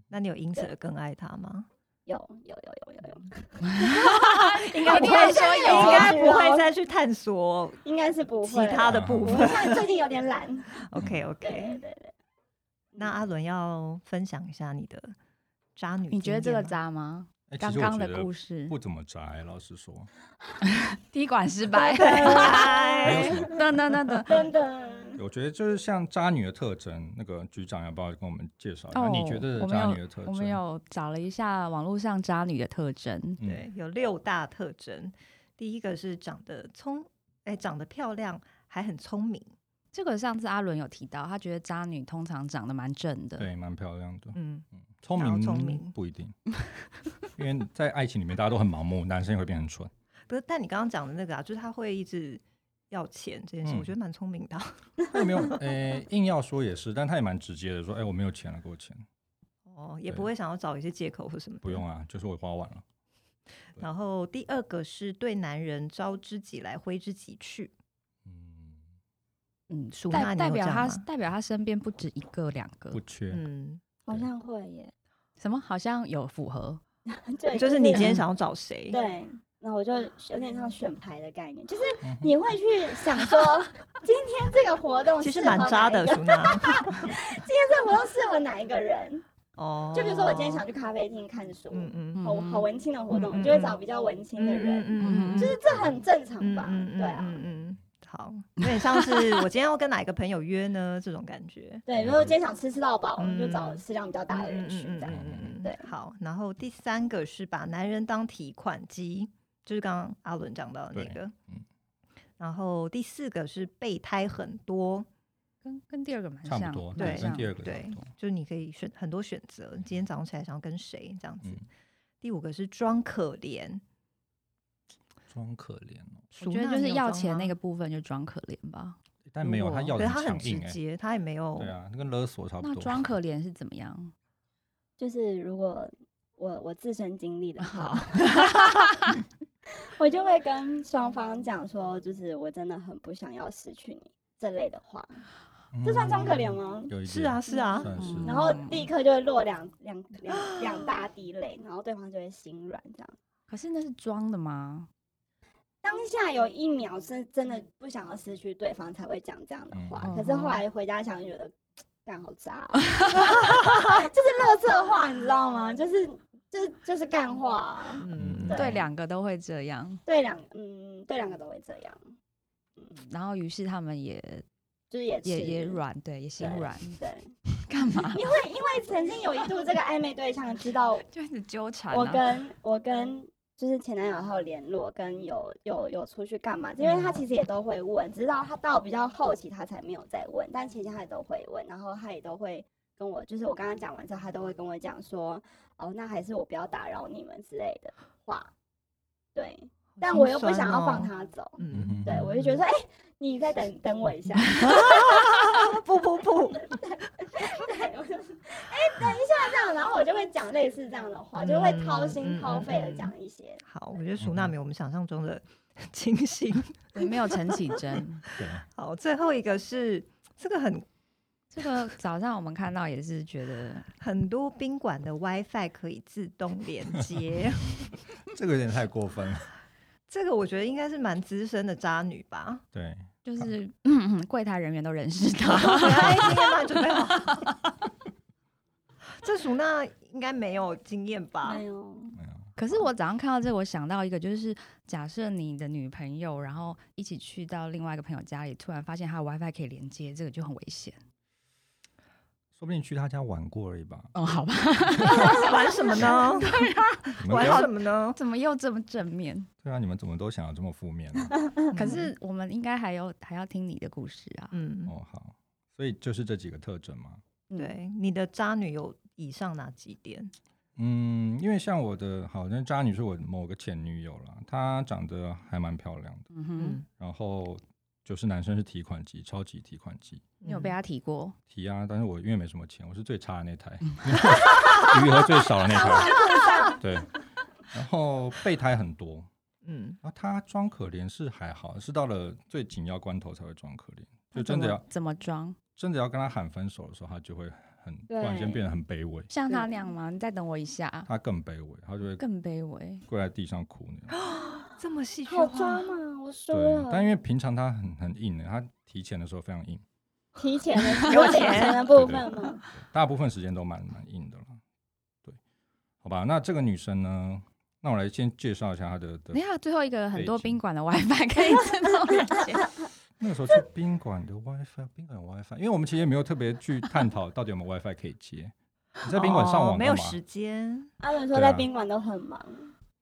Speaker 5: 那你有因此而更爱他吗？
Speaker 1: 有有有有有有，
Speaker 5: 应
Speaker 3: 该不会说有啊
Speaker 5: 应该不
Speaker 1: 有
Speaker 5: 会再去探索
Speaker 1: 应该是不
Speaker 5: 哦其
Speaker 1: 会
Speaker 5: 他
Speaker 1: 的。
Speaker 5: 的部
Speaker 1: 我
Speaker 5: 分
Speaker 1: 现。在最近有点 懒，
Speaker 5: OK
Speaker 1: 对
Speaker 5: OK，
Speaker 1: 对对对，
Speaker 5: 那阿伦要分享一下你的渣女，
Speaker 3: 你觉得这个？渣吗？
Speaker 2: 哎
Speaker 3: 刚
Speaker 2: 其实我
Speaker 3: 刚
Speaker 2: 觉
Speaker 3: 的
Speaker 2: 得
Speaker 3: 故事，
Speaker 2: 不怎么宅，老实说，
Speaker 3: 滴管失败。
Speaker 5: 拜
Speaker 2: 没有什么
Speaker 3: 哎 等等等等，
Speaker 1: 真的。
Speaker 2: 我觉得就是像渣女的特征，那个局长要不要跟我们介绍一下？啊你觉得
Speaker 3: 哦我们
Speaker 2: 渣
Speaker 3: 有
Speaker 2: 女的特
Speaker 3: 我
Speaker 2: 征？
Speaker 3: 们有找了一下网络上渣女的特征，
Speaker 2: 嗯
Speaker 5: 对，有六大特征。第一个是长得聪，哎、长得漂亮，还很聪明。
Speaker 3: 这个上次阿伦有提到，他觉得渣女通常长得蛮正的，
Speaker 2: 对，蛮漂亮的，
Speaker 5: 嗯，
Speaker 2: 聪
Speaker 5: 然后
Speaker 2: 明
Speaker 5: 聪明
Speaker 2: 不一定， 因为在爱情里面大家都很盲目，男生也会变很蠢。
Speaker 5: 不是，但你刚刚讲的那个啊，就是他会一直要钱这件事，
Speaker 2: 嗯
Speaker 5: 我觉得蛮聪明的 啊。
Speaker 2: 他也没有， 呃，硬要说也是，但他也蛮直接的，说，哎，我没有钱了，给我钱，
Speaker 5: 哦，也
Speaker 2: 对
Speaker 5: 不会想要找一些借口或什么。
Speaker 2: 不用。啊，就是我花完了。
Speaker 5: 然后第二个是对男人招之即来，挥之即去。
Speaker 2: 嗯，
Speaker 3: 嗯，
Speaker 5: 熟那
Speaker 3: 代
Speaker 5: 你
Speaker 3: 代
Speaker 5: 有
Speaker 3: 表
Speaker 5: 这样
Speaker 3: 他
Speaker 5: 吗
Speaker 3: 代表他身边不止一个两个
Speaker 2: 不，缺，
Speaker 5: 嗯，
Speaker 1: 好
Speaker 2: 对
Speaker 1: 像会 耶，
Speaker 3: 什么好像有符合，
Speaker 1: 对，
Speaker 5: 就是你今天想要找谁？
Speaker 1: 对，那我就有点像选牌的概念，就是
Speaker 2: 嗯哼
Speaker 1: 你会去想说，今天这个活动
Speaker 5: 其实
Speaker 1: 适合
Speaker 5: 蛮渣
Speaker 1: 哪
Speaker 5: 的
Speaker 1: 一，个
Speaker 5: 苏娜。
Speaker 1: 今天这个活动适合哪一个人？
Speaker 5: 哦，
Speaker 1: 就比如说我今天想，去咖啡厅看书，
Speaker 5: 嗯嗯
Speaker 1: 好好文青的活动，
Speaker 5: 嗯
Speaker 1: 我就会找比较文青的人，
Speaker 3: 嗯
Speaker 1: 就是这很正常吧？
Speaker 5: 嗯
Speaker 1: 对啊，
Speaker 5: 嗯嗯，好，有点像是 我今天要跟哪一个朋友约呢？这种感觉。
Speaker 1: 对，如果今天想吃吃到饱，
Speaker 5: 嗯
Speaker 1: 就找食量比较大的人去
Speaker 5: 嗯
Speaker 1: 这样。
Speaker 5: 嗯
Speaker 1: 对
Speaker 5: 好，然后第三个是把男人当提款机，就是刚刚阿伦讲到的那
Speaker 2: 对
Speaker 5: 个。
Speaker 2: 嗯
Speaker 5: 然后第四个是备胎很多，
Speaker 3: 跟跟第二个蛮
Speaker 2: 差
Speaker 3: 像，
Speaker 2: 不多，
Speaker 5: 对
Speaker 2: 对，跟
Speaker 3: 像
Speaker 2: 第二个差
Speaker 5: 对
Speaker 2: 不多。，
Speaker 5: 就是你可以选很多选择，你今天早上起来想要跟谁这样子。
Speaker 2: 嗯
Speaker 5: 第五个是装可怜，
Speaker 2: 装可怜哦，
Speaker 3: 我觉得就是要钱那个，部分就装可怜吧。
Speaker 2: 但没有他要
Speaker 5: 可
Speaker 2: 的
Speaker 5: 是他很
Speaker 2: 强
Speaker 5: 直
Speaker 2: 硬哎，
Speaker 5: 接，哦他也没有
Speaker 2: 对啊，那跟勒索差不
Speaker 3: 那
Speaker 2: 多。
Speaker 3: 装可怜是怎么样？
Speaker 1: 就是如果我我自身经历的话，
Speaker 3: 好，
Speaker 1: 我就会跟双方讲说，就是我真的很不想要失去你这类的话，
Speaker 2: 嗯
Speaker 1: 这算装可怜吗？
Speaker 2: 有一
Speaker 5: 是
Speaker 2: 点
Speaker 5: 啊，是啊，
Speaker 2: 算是。
Speaker 3: 嗯
Speaker 1: 然后立刻就会落两两两两大滴泪，然后对方就会心软这样。
Speaker 3: 可是那是装的吗？嗯
Speaker 1: 当下有一秒是真的不想要失去对方才会讲这样的话，
Speaker 3: 嗯
Speaker 1: 可是后
Speaker 3: 嗯
Speaker 1: 来回家想觉得，干好渣、 哦，就是乐色话，你知道吗？就是就是就是干话啊、
Speaker 5: 嗯，
Speaker 2: 对
Speaker 3: 对，两个都会这样，
Speaker 1: 对两嗯对两个都会这样，嗯
Speaker 3: 然后于是他们也
Speaker 1: 就是也
Speaker 3: 也
Speaker 1: 吃
Speaker 3: 也软，对，也心
Speaker 1: 对
Speaker 3: 软，
Speaker 1: 对，
Speaker 3: 干嘛？
Speaker 1: 因为因为曾经有一度这个暧昧对象知道
Speaker 3: 就一直纠缠、啊。
Speaker 1: 我跟
Speaker 5: 嗯
Speaker 1: 我跟就是前男友还有联络，跟有有有出去干嘛？因
Speaker 5: 嗯
Speaker 1: 为他其实也都会问，直到他到比较后期他才没有再问，但前期他也都会问，然后他也都会跟我，就是我刚刚讲完之后，他都会跟我讲说，哦，那还是我不要打扰你们之类的话，对，但我又不想要放
Speaker 5: 哦
Speaker 1: 他走，
Speaker 2: 嗯哼
Speaker 1: 对我就觉得说，哎、你再等等我一下，
Speaker 5: 得不不 不，
Speaker 1: 对，我就说，哎、等一下这样，然后我就会讲类似这样的话，就会掏
Speaker 5: 嗯嗯
Speaker 1: 心
Speaker 5: 嗯
Speaker 1: 掏肺的
Speaker 5: 嗯
Speaker 1: 讲一些。
Speaker 5: 好，我觉
Speaker 2: 嗯
Speaker 5: 得熟娜没有我们想象中的 清醒。
Speaker 3: 对没有陈绮贞，
Speaker 2: 对
Speaker 5: 好，最后一个是这个很
Speaker 3: 这个早上我们看到也是觉得
Speaker 5: 很多宾馆的 WiFi 可以自动连 接，
Speaker 2: 这个有点太过分了。
Speaker 5: 这个我觉得应该是蛮资深的渣女 吧，
Speaker 2: 对，
Speaker 3: 就是 柜台人员都认识他，
Speaker 5: 她已经啊应该蛮准备好。 这熟娜应该没有经验吧
Speaker 1: 没？有，
Speaker 2: 没有
Speaker 3: 可是我早上看到这个，我想到一个，就是假设你的女朋友，然后一起去到另外一个朋友家里，突然发现她的 WiFi 可以连接，这个就很危险。
Speaker 2: 说不定去他家玩过而已吧。
Speaker 3: 哦，好吧，
Speaker 5: 玩什么呢？
Speaker 2: 你们不
Speaker 5: 玩
Speaker 2: 要
Speaker 5: 什么呢？
Speaker 3: 怎么又这么正面？
Speaker 2: 对啊，你们怎么都想要这么负面呢？
Speaker 3: 可是我们应该还有还要听你的故事啊。
Speaker 5: 嗯，
Speaker 2: 哦，好，所以就是这几个特征嘛。
Speaker 3: 嗯，
Speaker 5: 对，你的渣女有以上哪几点？
Speaker 2: 嗯，因为像我的好，那渣女是我某个前女友啦，她长得还蛮漂亮的，
Speaker 3: 嗯哼，
Speaker 2: 然后就是男生是提款机，超级提款机
Speaker 3: 你
Speaker 5: 嗯
Speaker 3: 有被她提过？
Speaker 2: 提啊，但是我因为没什么钱，我是最差的那 台， 余额最少的那台，对，
Speaker 3: 啊
Speaker 2: 然后备胎很多，
Speaker 5: 嗯，
Speaker 2: 然后她装可怜是还好，是到了最紧要关头才会装可怜，就
Speaker 3: 她
Speaker 2: 真的
Speaker 3: 怎么
Speaker 2: 要
Speaker 3: 怎么装？
Speaker 2: 真的要跟她喊分手的时候，她就会很突
Speaker 1: 对
Speaker 2: 然间变得很卑微，
Speaker 3: 像她
Speaker 1: 对
Speaker 3: 那样吗？你再等我一下，啊
Speaker 2: 她更卑微，她就会
Speaker 3: 更卑微。
Speaker 2: 跪在地上哭那种。
Speaker 5: 这么戏剧
Speaker 1: 好
Speaker 5: 化
Speaker 1: 抓，嘛！ 我说
Speaker 2: 对，但
Speaker 1: 了，
Speaker 2: 因为平常他很很硬的，他提钱的时候非常硬，
Speaker 1: 提前 的
Speaker 5: 给我
Speaker 1: 有点
Speaker 5: 钱
Speaker 1: 钱的部
Speaker 2: 对对
Speaker 1: 分嘛，
Speaker 2: 大部分时间都蛮蛮硬的了。对，好吧，那这个女生呢，那我来先介绍一下她的的
Speaker 3: 等一下，最后一个很多
Speaker 2: 背景
Speaker 3: 宾馆的 WiFi 可以自动连接，
Speaker 2: 那个时候去宾馆的 WiFi，宾馆有 WiFi，因为我们其实也没有特别去探讨到底有没有 WiFi 可以接。你在宾馆上
Speaker 5: 哦
Speaker 2: 网
Speaker 5: 没有
Speaker 2: 干嘛？
Speaker 5: 时间，
Speaker 1: 阿伦说
Speaker 2: 对
Speaker 1: 在
Speaker 2: 啊
Speaker 1: 宾馆都很忙，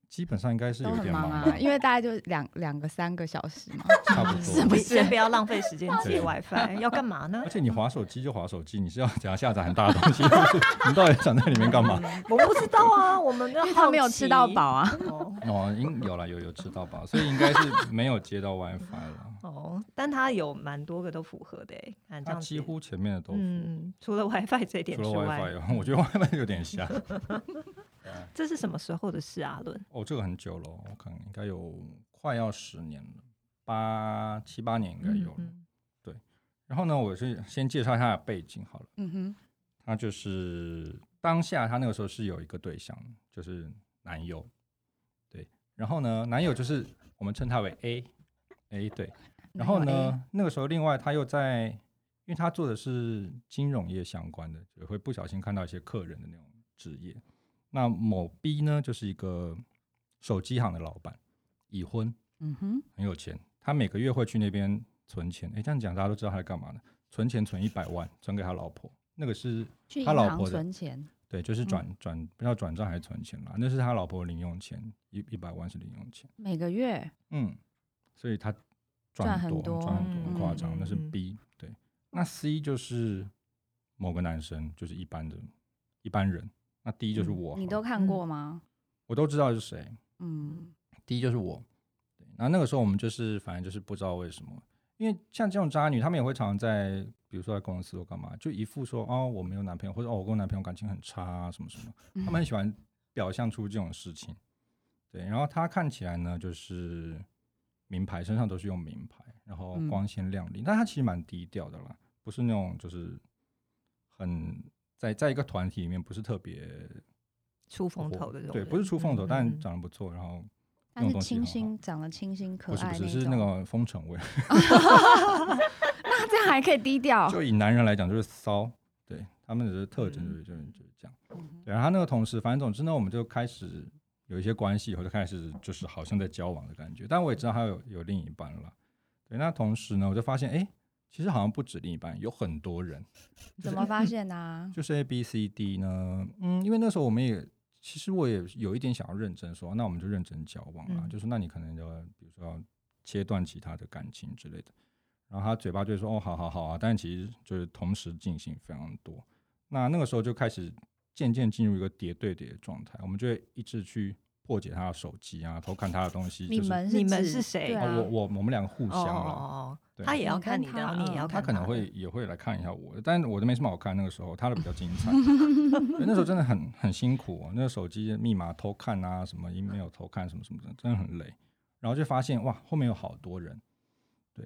Speaker 2: 基本上应该是
Speaker 3: 都
Speaker 2: 有
Speaker 3: 很
Speaker 2: 点
Speaker 3: 忙
Speaker 2: 忙吧
Speaker 3: 啊，，因为大概就两两个三个小时嘛。
Speaker 2: 差不
Speaker 3: 是不
Speaker 2: 多。
Speaker 3: 是
Speaker 5: 先不要浪费时间接
Speaker 2: 对
Speaker 5: WiFi，要干嘛呢
Speaker 2: 而？且你划手机就划手机，你是要等下下载很大的东西，你到底想在里面干 嘛？
Speaker 5: 嗯我不知道啊，我们
Speaker 3: 因
Speaker 5: 的
Speaker 3: 为他没有吃到饱啊，
Speaker 5: 哦
Speaker 2: 哦，应有了有有知道吧，所以应该是没有接到 WiFi 了。
Speaker 5: 哦，但它有蛮多个都符合的诶，看这
Speaker 2: 它
Speaker 5: 样
Speaker 2: 几
Speaker 5: 子
Speaker 2: 乎前面的都
Speaker 5: 嗯，除了 WiFi 这一点
Speaker 2: 除了
Speaker 5: 之
Speaker 2: WiFi，
Speaker 5: 外，
Speaker 2: 以外我觉得 WiFi 有点瞎。
Speaker 5: 这是什么时候的事啊？伦
Speaker 2: 哦，这个很久了哦，我可能应该有快要十年了，八七八年应该有了。
Speaker 5: 嗯
Speaker 2: 然后呢，我是先介绍一下背景好了。
Speaker 3: 嗯哼，
Speaker 2: 他就是当下他那个时候是有一个对象，就是男友，对。然后呢，男友就是我们称他为 A，A 对。然后
Speaker 3: 男友 A
Speaker 2: 呢，那个时候另外他又在，因为他做的是金融业相关的，也会不小心看到一些客人的那种职业。那某 B 呢，就是一个手机行的老板，已婚，
Speaker 3: 嗯哼，
Speaker 2: 很有钱，他每个月会去那边存钱。诶，这样讲大家都知道他在干嘛呢？存钱存一百万，存给他老婆，那个是
Speaker 3: 去银
Speaker 2: 他老
Speaker 3: 行
Speaker 2: 婆的，
Speaker 3: 存嗯钱，
Speaker 2: 对，就是转转，不知道转账还是存钱啦，那是他老婆的零用钱，一一百万是零用钱，
Speaker 3: 每个月
Speaker 2: 嗯，所以他赚
Speaker 3: 赚
Speaker 2: 很
Speaker 3: 很
Speaker 2: 多，
Speaker 3: 多
Speaker 2: 赚很多，很夸
Speaker 5: 嗯
Speaker 2: 张，那是
Speaker 5: 嗯嗯
Speaker 2: B，对，那 C 就是某个男生，就是一般的，一般人。那 D 就是
Speaker 5: 嗯
Speaker 2: 我好了，
Speaker 3: 你都看过吗？
Speaker 2: 我都知道是谁，
Speaker 3: 嗯，
Speaker 2: 第一就是我，对，然后那个时候我们就是反正就是不知道为什么，因为像这种渣女，她们也会常常在，比如说在公司或干嘛，就一副说哦我没有男朋友，或者哦我跟我男朋友感情很差、啊、什么什么，她们很喜欢表象出这种事情，对，然后她看起来呢就是名牌，身上都是用名牌，然后
Speaker 3: 嗯
Speaker 2: 光鲜亮丽，但她其实蛮低调的啦，不是那种就是很在在一个团体里面不是特别
Speaker 5: 出风头的这种
Speaker 2: 对，
Speaker 5: 人
Speaker 2: 不是出风头，
Speaker 5: 嗯
Speaker 2: 但
Speaker 5: 嗯
Speaker 2: 长得不错，然后。
Speaker 3: 但是
Speaker 2: 东西
Speaker 3: 清
Speaker 2: 很好
Speaker 3: 新，长得清新可
Speaker 2: 不是
Speaker 3: 爱
Speaker 2: 不是，
Speaker 3: 种，
Speaker 2: 是那个风尘味。
Speaker 3: 那这样还可以低调，
Speaker 2: 就以男人来讲，就是骚，对他们的特征就是就是就是这样。对，然后他那个同事，反正总之呢，我们就开始有一些关系以后，就开始就是好像在交往的感觉。但我也知道他有有另一半了。对，那同时呢，我就发现，哎，其实好像不止另一半，有很多人，
Speaker 3: 怎么发现啊？
Speaker 2: 就是 A B C D 呢，嗯，因为那时候我们也。其实我也有一点想要认真说，那我们就认真交往啦。
Speaker 5: 嗯
Speaker 2: 就是那你可能就要，比如说要切断其他的感情之类的。然后他嘴巴就会说哦，好好好啊，但其实就是同时进行非常多。那那个时候就开始渐渐进入一个叠对叠的状态，我们就会一直去破解他的手机啊，偷看他的东西。
Speaker 3: 你
Speaker 2: 就是、
Speaker 3: 们
Speaker 5: 你们
Speaker 3: 指
Speaker 5: 是谁
Speaker 3: 对
Speaker 2: 哦、
Speaker 3: 啊
Speaker 2: 我，我我们两个互
Speaker 5: 哦
Speaker 2: 相啊
Speaker 5: 哦
Speaker 2: 了，
Speaker 5: 哦哦，
Speaker 2: 对
Speaker 5: 他也要
Speaker 3: 你
Speaker 5: 看
Speaker 3: 跟
Speaker 5: 你的，
Speaker 3: 他
Speaker 5: 然后你也
Speaker 3: 嗯
Speaker 5: 要
Speaker 2: 他
Speaker 5: 看
Speaker 2: 可能
Speaker 5: 的
Speaker 2: 会也会来看一下我的，但我的没什么好看。那个时候他的比较精 彩，对那时候真的很很辛苦、哦，那个手机密码偷看啊，什么 email 偷看什么什么的，真的很累。然后就发现哇，后面有好多人，对。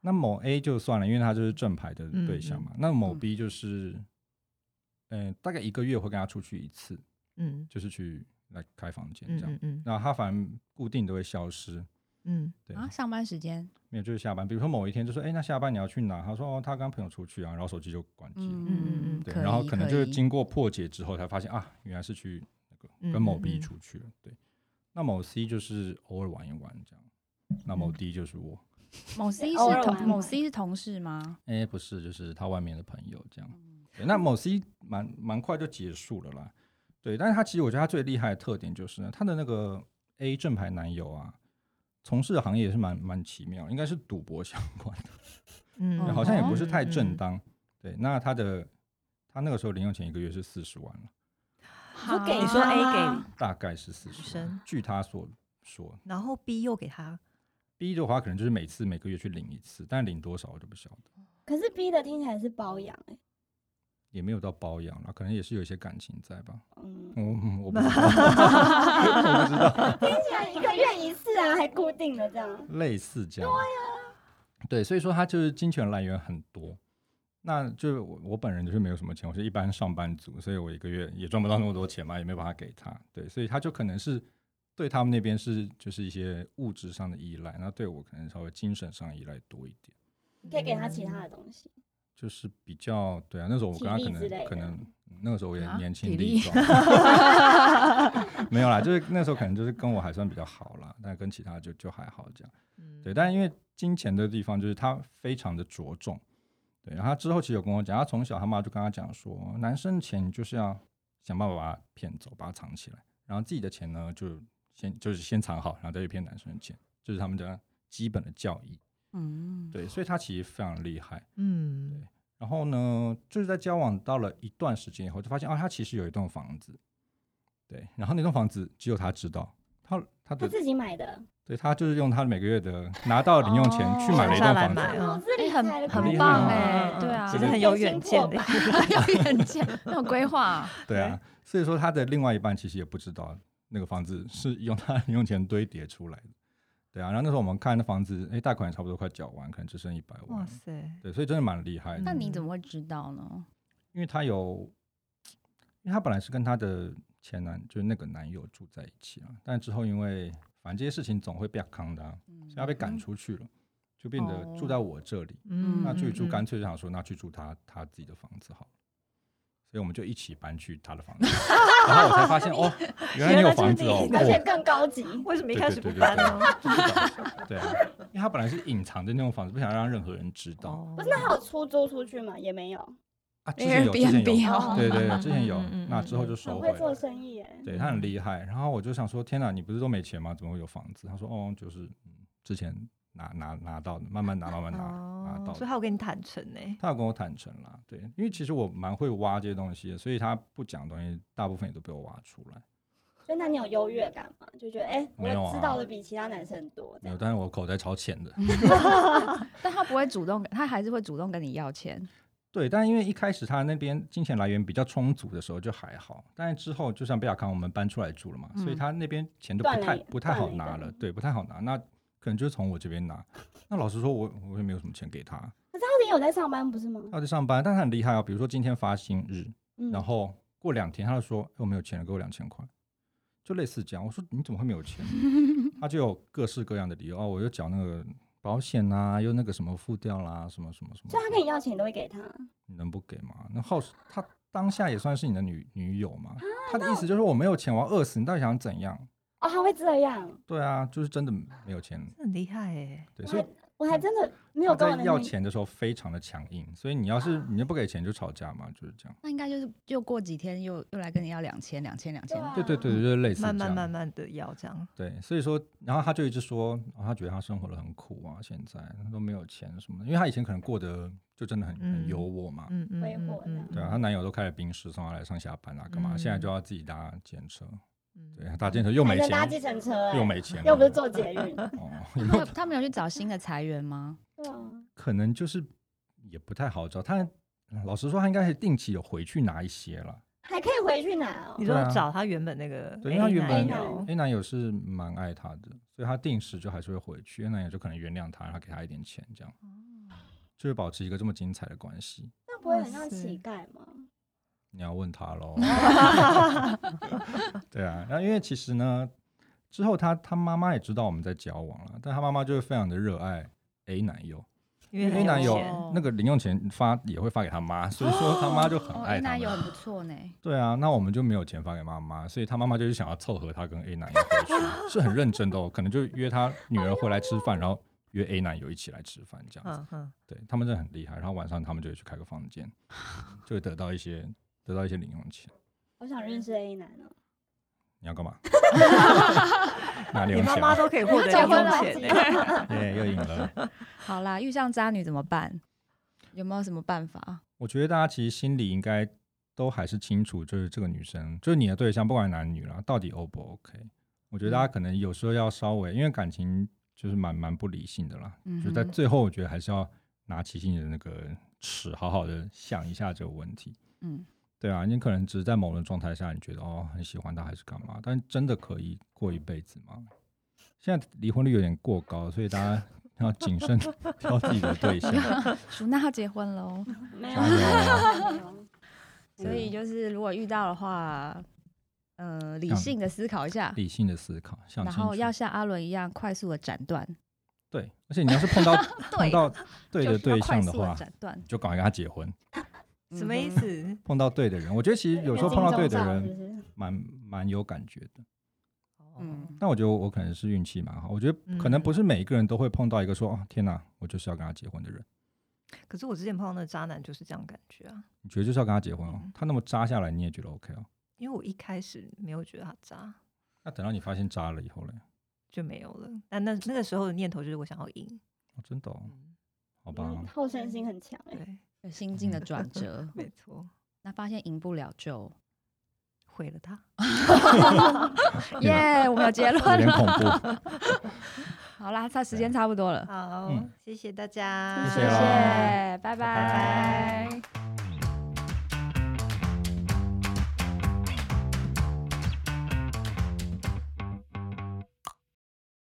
Speaker 2: 那某 A 就算了，因为他就是正牌的对象嘛。那某
Speaker 3: 嗯
Speaker 2: B 就是，嗯、大概一个月会跟他出去一次，
Speaker 5: 嗯
Speaker 2: 就是去来开房间
Speaker 5: 嗯
Speaker 2: 这样。
Speaker 5: 嗯嗯
Speaker 2: 然后他反正固定都会消失，
Speaker 5: 嗯，
Speaker 2: 对。
Speaker 3: 啊，上班时间，
Speaker 2: 没有，就是下班。比如说某一天就说，哎，那下班你要去哪？他说，哦，他跟朋友出去啊，然后手机就关机了。
Speaker 3: 嗯
Speaker 5: 嗯
Speaker 2: 对，
Speaker 3: 可
Speaker 2: 然后
Speaker 3: 以
Speaker 2: 可能就是
Speaker 3: 以
Speaker 2: 经过破解之后才发现啊，原来是去那个
Speaker 5: 嗯
Speaker 2: 跟某
Speaker 5: 嗯
Speaker 2: B
Speaker 5: 嗯
Speaker 2: 出去了。对，那某 C 就是偶尔玩一玩这样，那某 D 就是我，
Speaker 3: 某 C
Speaker 1: 偶
Speaker 3: 是
Speaker 1: 尔
Speaker 3: 同
Speaker 1: 玩
Speaker 3: 某
Speaker 1: 嘛
Speaker 3: C 是同事吗？
Speaker 2: 哎、不是，就是他外面的朋友这样。对，那某 C 蛮蛮快就结束了啦。对，但是他其实我觉得他最厉害的特点就是呢，他的那个 A 正牌男友啊，从事的行业也是蛮蛮奇妙，应该是赌博相关的。
Speaker 5: 嗯
Speaker 3: 对
Speaker 2: 好像也
Speaker 3: 哦
Speaker 2: 不是太正
Speaker 5: 嗯
Speaker 2: 当。对，那他的他那个时候零用钱一个月是四十万了，
Speaker 1: 说给啊
Speaker 5: 你说
Speaker 1: 他
Speaker 5: A
Speaker 1: 吗
Speaker 5: 给，
Speaker 2: 大概是四十
Speaker 5: 生
Speaker 2: 万。据他所说
Speaker 5: 然后 B 又给他，
Speaker 2: ，B 的话可能就是每次每个月去领一次，但领多少我就不晓得，
Speaker 1: 可是 B 的听起来是包养哎、
Speaker 2: 也没有到包养了，可能也是有一些感情在吧。
Speaker 1: 嗯，
Speaker 2: 我我不知道，我不知道，
Speaker 1: 听起来一个月一次啊，还固定的这样，
Speaker 2: 类似这样。对对，所以说他就是金钱来源很多。那就是我我本人就是没有什么钱，我是一般上班族，所以我一个月也赚不到那么多钱嘛，也没有办法给他。对，所以他就可能是对他们那边是就是一些物质上的依赖，那对我可能稍微精神上依赖多一点，
Speaker 1: 可以给他其他的东西。
Speaker 2: 嗯就是比较对啊。那时候我跟他可
Speaker 1: 体力之类
Speaker 2: 能
Speaker 1: 的
Speaker 2: 可能那个时候我也
Speaker 6: 啊
Speaker 2: 年轻
Speaker 6: 体
Speaker 2: 力
Speaker 6: 力
Speaker 2: 壮，没有啦，就是那时候可能就是跟我还算比较好啦，但跟其他就就还好这样。
Speaker 5: 嗯
Speaker 2: 对，但因为金钱的地方就是他非常的着重，对，然后他之后其实有跟我讲，他从小他妈就跟他讲说，男生钱你就是要想办法把它骗走，把它藏起来，然后自己的钱呢就先就是先藏好，然后再去骗男生的钱，这、是他们的基本的教义。
Speaker 3: 嗯，
Speaker 2: 对，所以他其实非常厉害。
Speaker 6: 嗯，
Speaker 2: 然后呢，就是在交往到了一段时间以后，就发现啊，他其实有一栋房子，对，然后那栋房子只有他知道，他
Speaker 1: 他
Speaker 2: 他的
Speaker 1: 自己买的，
Speaker 2: 对他就是用他每个月的拿到零用钱去买了一
Speaker 5: 哦省下
Speaker 2: 栋
Speaker 5: 来
Speaker 2: 房子，
Speaker 5: 买
Speaker 1: 投资
Speaker 3: 哎、
Speaker 1: 理
Speaker 3: 很
Speaker 5: 嗯
Speaker 1: 财的
Speaker 2: 很
Speaker 1: 观
Speaker 2: 厉
Speaker 3: 很
Speaker 1: 念
Speaker 3: 棒
Speaker 2: 害
Speaker 3: 哎、
Speaker 5: 啊
Speaker 3: 对啊，
Speaker 5: 其实很有远见的
Speaker 1: 真，
Speaker 3: 有远见，很有规划，
Speaker 2: 对啊，所以说他的另外一半其实也不知道那个房子是用他的零用钱堆叠出来的，对啊，然后那时候我们看那房子，哎，贷款也差不多快缴完，可能只剩一百
Speaker 5: 哇
Speaker 2: 万，
Speaker 5: 塞，
Speaker 2: 对，所以真的蛮厉害的。
Speaker 3: 那你怎么会知道呢？
Speaker 2: 因为她有，因为她本来是跟她的前男，就是那个男友住在一起啊，但之后因为反正这些事情总会被扛的、啊，所以她被赶出去了，就变得住在我这里。
Speaker 6: 嗯
Speaker 2: 那住一
Speaker 6: 最
Speaker 2: 住，
Speaker 5: 嗯
Speaker 2: 干脆就想说，那去住她她自己的房子好了。所以我们就一起搬去她的房子，然后我才发现哦，原来你有房子哦，
Speaker 1: 而且
Speaker 2: 哦
Speaker 1: 更高级。
Speaker 5: 为什么一
Speaker 2: 对
Speaker 5: 开
Speaker 2: 对
Speaker 5: 始不
Speaker 2: 对对
Speaker 5: 搬
Speaker 2: 对
Speaker 5: 呢？
Speaker 2: 对啊，因为她本来是隐藏的那种房子，不想让任何人知 道
Speaker 5: 哦
Speaker 1: 不是，那还有出租出去吗？也没有，
Speaker 2: 啊。之前有，之前有，
Speaker 3: Airbnb
Speaker 1: 哦
Speaker 2: 对对对，
Speaker 6: 嗯
Speaker 2: 之前有
Speaker 6: 嗯嗯，
Speaker 2: 那
Speaker 6: 嗯
Speaker 2: 之后就
Speaker 1: 很
Speaker 2: 收回
Speaker 1: 会
Speaker 2: 了。
Speaker 1: 做生意欸耶。
Speaker 2: 对他很厉害。然后我就想说，天哪，你不是都没钱吗？怎么会有房子？他说，哦，就是嗯之前拿拿拿到的，慢慢拿，慢慢拿，拿
Speaker 5: 哦
Speaker 2: 到，
Speaker 5: 所以
Speaker 2: 的。
Speaker 5: 他有跟你坦诚呢，
Speaker 2: 他有跟我坦诚啦，对，因为其实我蛮会挖这些东西的，所以他不讲的东西，大部分也都被我挖出来。
Speaker 1: 所以那你有优越感吗？就觉得哎，我
Speaker 2: 没有啊
Speaker 1: 知道的比其他男生多。这
Speaker 2: 没有，
Speaker 1: 样
Speaker 2: 但是我口袋超浅 的。
Speaker 3: 但他不会主动，他还是会主动跟你要钱。
Speaker 2: 对，但因为一开始他那边金钱来源比较充足的时候就还好，但是之后就像贝尔康我们搬出来住了嘛，所以
Speaker 3: 嗯
Speaker 2: 他那边钱都
Speaker 1: 断
Speaker 2: 不
Speaker 1: 了
Speaker 2: 太
Speaker 1: 一
Speaker 2: 不太
Speaker 1: 断
Speaker 2: 好
Speaker 1: 了一嗯
Speaker 2: 拿
Speaker 1: 段
Speaker 2: 了，对，不太好拿。那可能就从我这边拿。那老实说我，我也没有什么钱给他。
Speaker 1: 可是他也有在上班不是吗？
Speaker 2: 他去上班，但他很厉害哦。比如说今天发薪日，
Speaker 1: 嗯
Speaker 2: 呃然后过两天他就说：“哎我没有钱了，给我两千块。”就类似这样。我说：“你怎么会没有钱？” 他就有各式各样的理由哦，我又缴那个保险啊，又那个什么付掉啦，什么什么什么。
Speaker 1: 所以他跟你要钱，你都会给他。哦
Speaker 2: 你能不给吗？那后他当下也算是你的女女友
Speaker 1: 啊
Speaker 2: 嘛？他的意思就是我没有钱，我要饿死，你到底想怎样？
Speaker 1: 哦，他会这样，
Speaker 2: 对啊，就是真的没有钱。
Speaker 5: 很厉害哎，
Speaker 2: 对，
Speaker 1: 我
Speaker 2: 所以
Speaker 1: 还我还真的没
Speaker 2: 他
Speaker 1: 有跟我
Speaker 2: 在
Speaker 1: 的啊
Speaker 2: 要
Speaker 1: 那
Speaker 2: 钱的时候非常的强硬，所以你要是你就不给钱就吵架嘛，就是这样。
Speaker 3: 那应该就是又过几天又又来跟你要两千、两千、两千
Speaker 1: 对。啊
Speaker 2: 对对对，就是类似这
Speaker 5: 慢
Speaker 2: 样。啊
Speaker 5: 慢慢慢的要这样，
Speaker 2: 对，所以说，然后他就一直说，哦、他觉得他生活的很苦啊，现在他都没有钱什么的，因为他以前可能过得就真的很很
Speaker 5: 嗯
Speaker 2: 优渥嘛，
Speaker 5: 嗯嗯
Speaker 1: 挥霍
Speaker 5: 嗯
Speaker 1: 这样
Speaker 5: 嗯，
Speaker 2: 对啊，她男友都开了宾士送她来上下班啊，干嘛？现在就
Speaker 5: 嗯
Speaker 2: 要自己搭计程车，
Speaker 5: 嗯
Speaker 2: 对，啊搭计程车又
Speaker 1: 还
Speaker 2: 没
Speaker 1: 能搭计
Speaker 2: 钱，
Speaker 1: 程车，
Speaker 2: 又
Speaker 1: 哎，
Speaker 2: 没钱了，
Speaker 1: 又不是坐捷运。
Speaker 2: 哦，
Speaker 3: 他有他没有去找新的裁 员吗？
Speaker 1: 对啊，
Speaker 2: 可能就是也不太好找。他老实说，他应该是定期有回去拿一些了。
Speaker 1: 还可以回去拿哦
Speaker 5: 你。说
Speaker 2: 对啊
Speaker 5: 找他原本那个 A 男友，
Speaker 2: 对，因为他
Speaker 3: 哎
Speaker 2: 原
Speaker 5: 哎
Speaker 1: 男友
Speaker 2: 本 A 男友是蛮爱她的，所以他定时就还是会回去。A 男友就可能原谅他，然后给他一点钱，这样，就会保持一个这么精彩的关系。
Speaker 1: 那不会很像乞丐吗？
Speaker 2: 你要问他喽。对啊，然后因为其实呢，之后他他妈妈也知道我们在交往了，但他妈妈就会非常的热爱 A 男友，
Speaker 5: 因为
Speaker 2: 因为男
Speaker 5: 很有
Speaker 2: 友
Speaker 5: 钱
Speaker 2: 那个零用钱发也会发给他妈，所以说他妈就很
Speaker 3: 哦
Speaker 2: 爱
Speaker 3: ，A
Speaker 2: 他
Speaker 3: 男友
Speaker 2: 们。
Speaker 3: 很不错呢。
Speaker 2: 对啊，那我们就没有钱发给妈妈，所以他妈妈就是想要凑合他跟 A 男友 回去，是很认真的哦，可能就约他女儿回来吃饭，然后约 A 男友一起来吃饭这样子。
Speaker 5: 嗯嗯，
Speaker 2: 对他们真的很厉害，然后晚上他们就会去开个房间，就会得到一些得到一些零用钱。
Speaker 1: 我想认识 A 男哦。
Speaker 2: 你 要干嘛？ 拿零
Speaker 5: 你
Speaker 2: 用
Speaker 5: 妈
Speaker 2: 钱
Speaker 5: 妈
Speaker 2: 啊，
Speaker 5: 都可以获得
Speaker 1: 结
Speaker 5: 零
Speaker 1: 婚
Speaker 5: 用
Speaker 1: 了
Speaker 5: 钱欸
Speaker 2: 耶，又赢了。
Speaker 3: 好啦，遇上渣女怎么办？有没有什么办法？
Speaker 2: 我觉得大家其实心里应该都还是清楚，就是这个女生，就是你的对象，不管男女啦，到底 O 不 OK？我觉得大
Speaker 3: 嗯
Speaker 2: 家可能有时候要稍微，因为感情就是蛮蛮不理性的啦，
Speaker 3: 嗯哼
Speaker 2: 就是在最后，我觉得还是要拿起心里的那个尺，好好的想一下这个问题。
Speaker 3: 嗯，
Speaker 2: 对啊，你可能只是在某种状态下，你觉得哦很喜欢他还是干嘛，但真的可以过一辈子吗？现在离婚率有点过高，所以大家要谨慎 挑自己的对象，
Speaker 3: 淑娜要结婚喽，
Speaker 2: 嗯
Speaker 1: 没
Speaker 2: 加油！
Speaker 1: 没有
Speaker 3: 所以就是如果遇到的话，呃，理性的思考一下，
Speaker 2: 嗯理性的思考，想
Speaker 3: 然
Speaker 2: 清
Speaker 3: 后
Speaker 2: 楚
Speaker 3: 要像阿伦一样快速的斩断，
Speaker 2: 对， 而且你要是碰到碰到对的
Speaker 3: 就是要
Speaker 2: 对
Speaker 3: 快
Speaker 2: 象的
Speaker 3: 速地
Speaker 2: 话，
Speaker 3: 斩断。
Speaker 2: 就赶快跟他结婚。
Speaker 5: 什么意
Speaker 3: 嗯哼
Speaker 5: 思？
Speaker 2: 碰到对的人，我觉得其实有时候
Speaker 1: 月
Speaker 2: 碰到
Speaker 1: 经
Speaker 2: 对
Speaker 1: 周
Speaker 2: 的
Speaker 1: 照
Speaker 2: 人
Speaker 1: 是不是
Speaker 2: 蛮蛮有感觉的。
Speaker 5: 嗯，
Speaker 3: 嗯，
Speaker 2: 但我觉得我可能是运气蛮好，我觉得可能不是每一个人都会碰到一个说、哦天哪，我就是要跟他结婚的人。
Speaker 5: 可是我之前碰到的渣男就是这样感觉啊，
Speaker 2: 你觉得就是要跟他结婚哦
Speaker 5: 嗯？
Speaker 2: 他那么渣下来，你也觉得 OK 哦？
Speaker 5: 因为我一开始没有觉得他渣，
Speaker 2: 那等到你发现渣了以后嘞，
Speaker 5: 就没有了。但那那个时候的念头就是我想要赢，
Speaker 2: 哦，真的、哦，
Speaker 5: 嗯，
Speaker 2: 好吧，
Speaker 1: 嗯好胜心很强哎，
Speaker 5: 对，，
Speaker 3: 有心境的转折
Speaker 5: 没错，
Speaker 3: 那发现赢不了就，
Speaker 5: 毁了他。
Speaker 3: 耶、我们有结
Speaker 2: 有
Speaker 3: 论
Speaker 2: 点
Speaker 3: 了。
Speaker 2: 恐怖。
Speaker 3: 好啦，差时间差不多了，
Speaker 5: 好，
Speaker 2: 嗯
Speaker 5: 谢谢大家，
Speaker 2: 谢谢
Speaker 3: 谢
Speaker 2: 啦
Speaker 3: 谢，
Speaker 2: 拜
Speaker 3: 拜拜
Speaker 5: 拜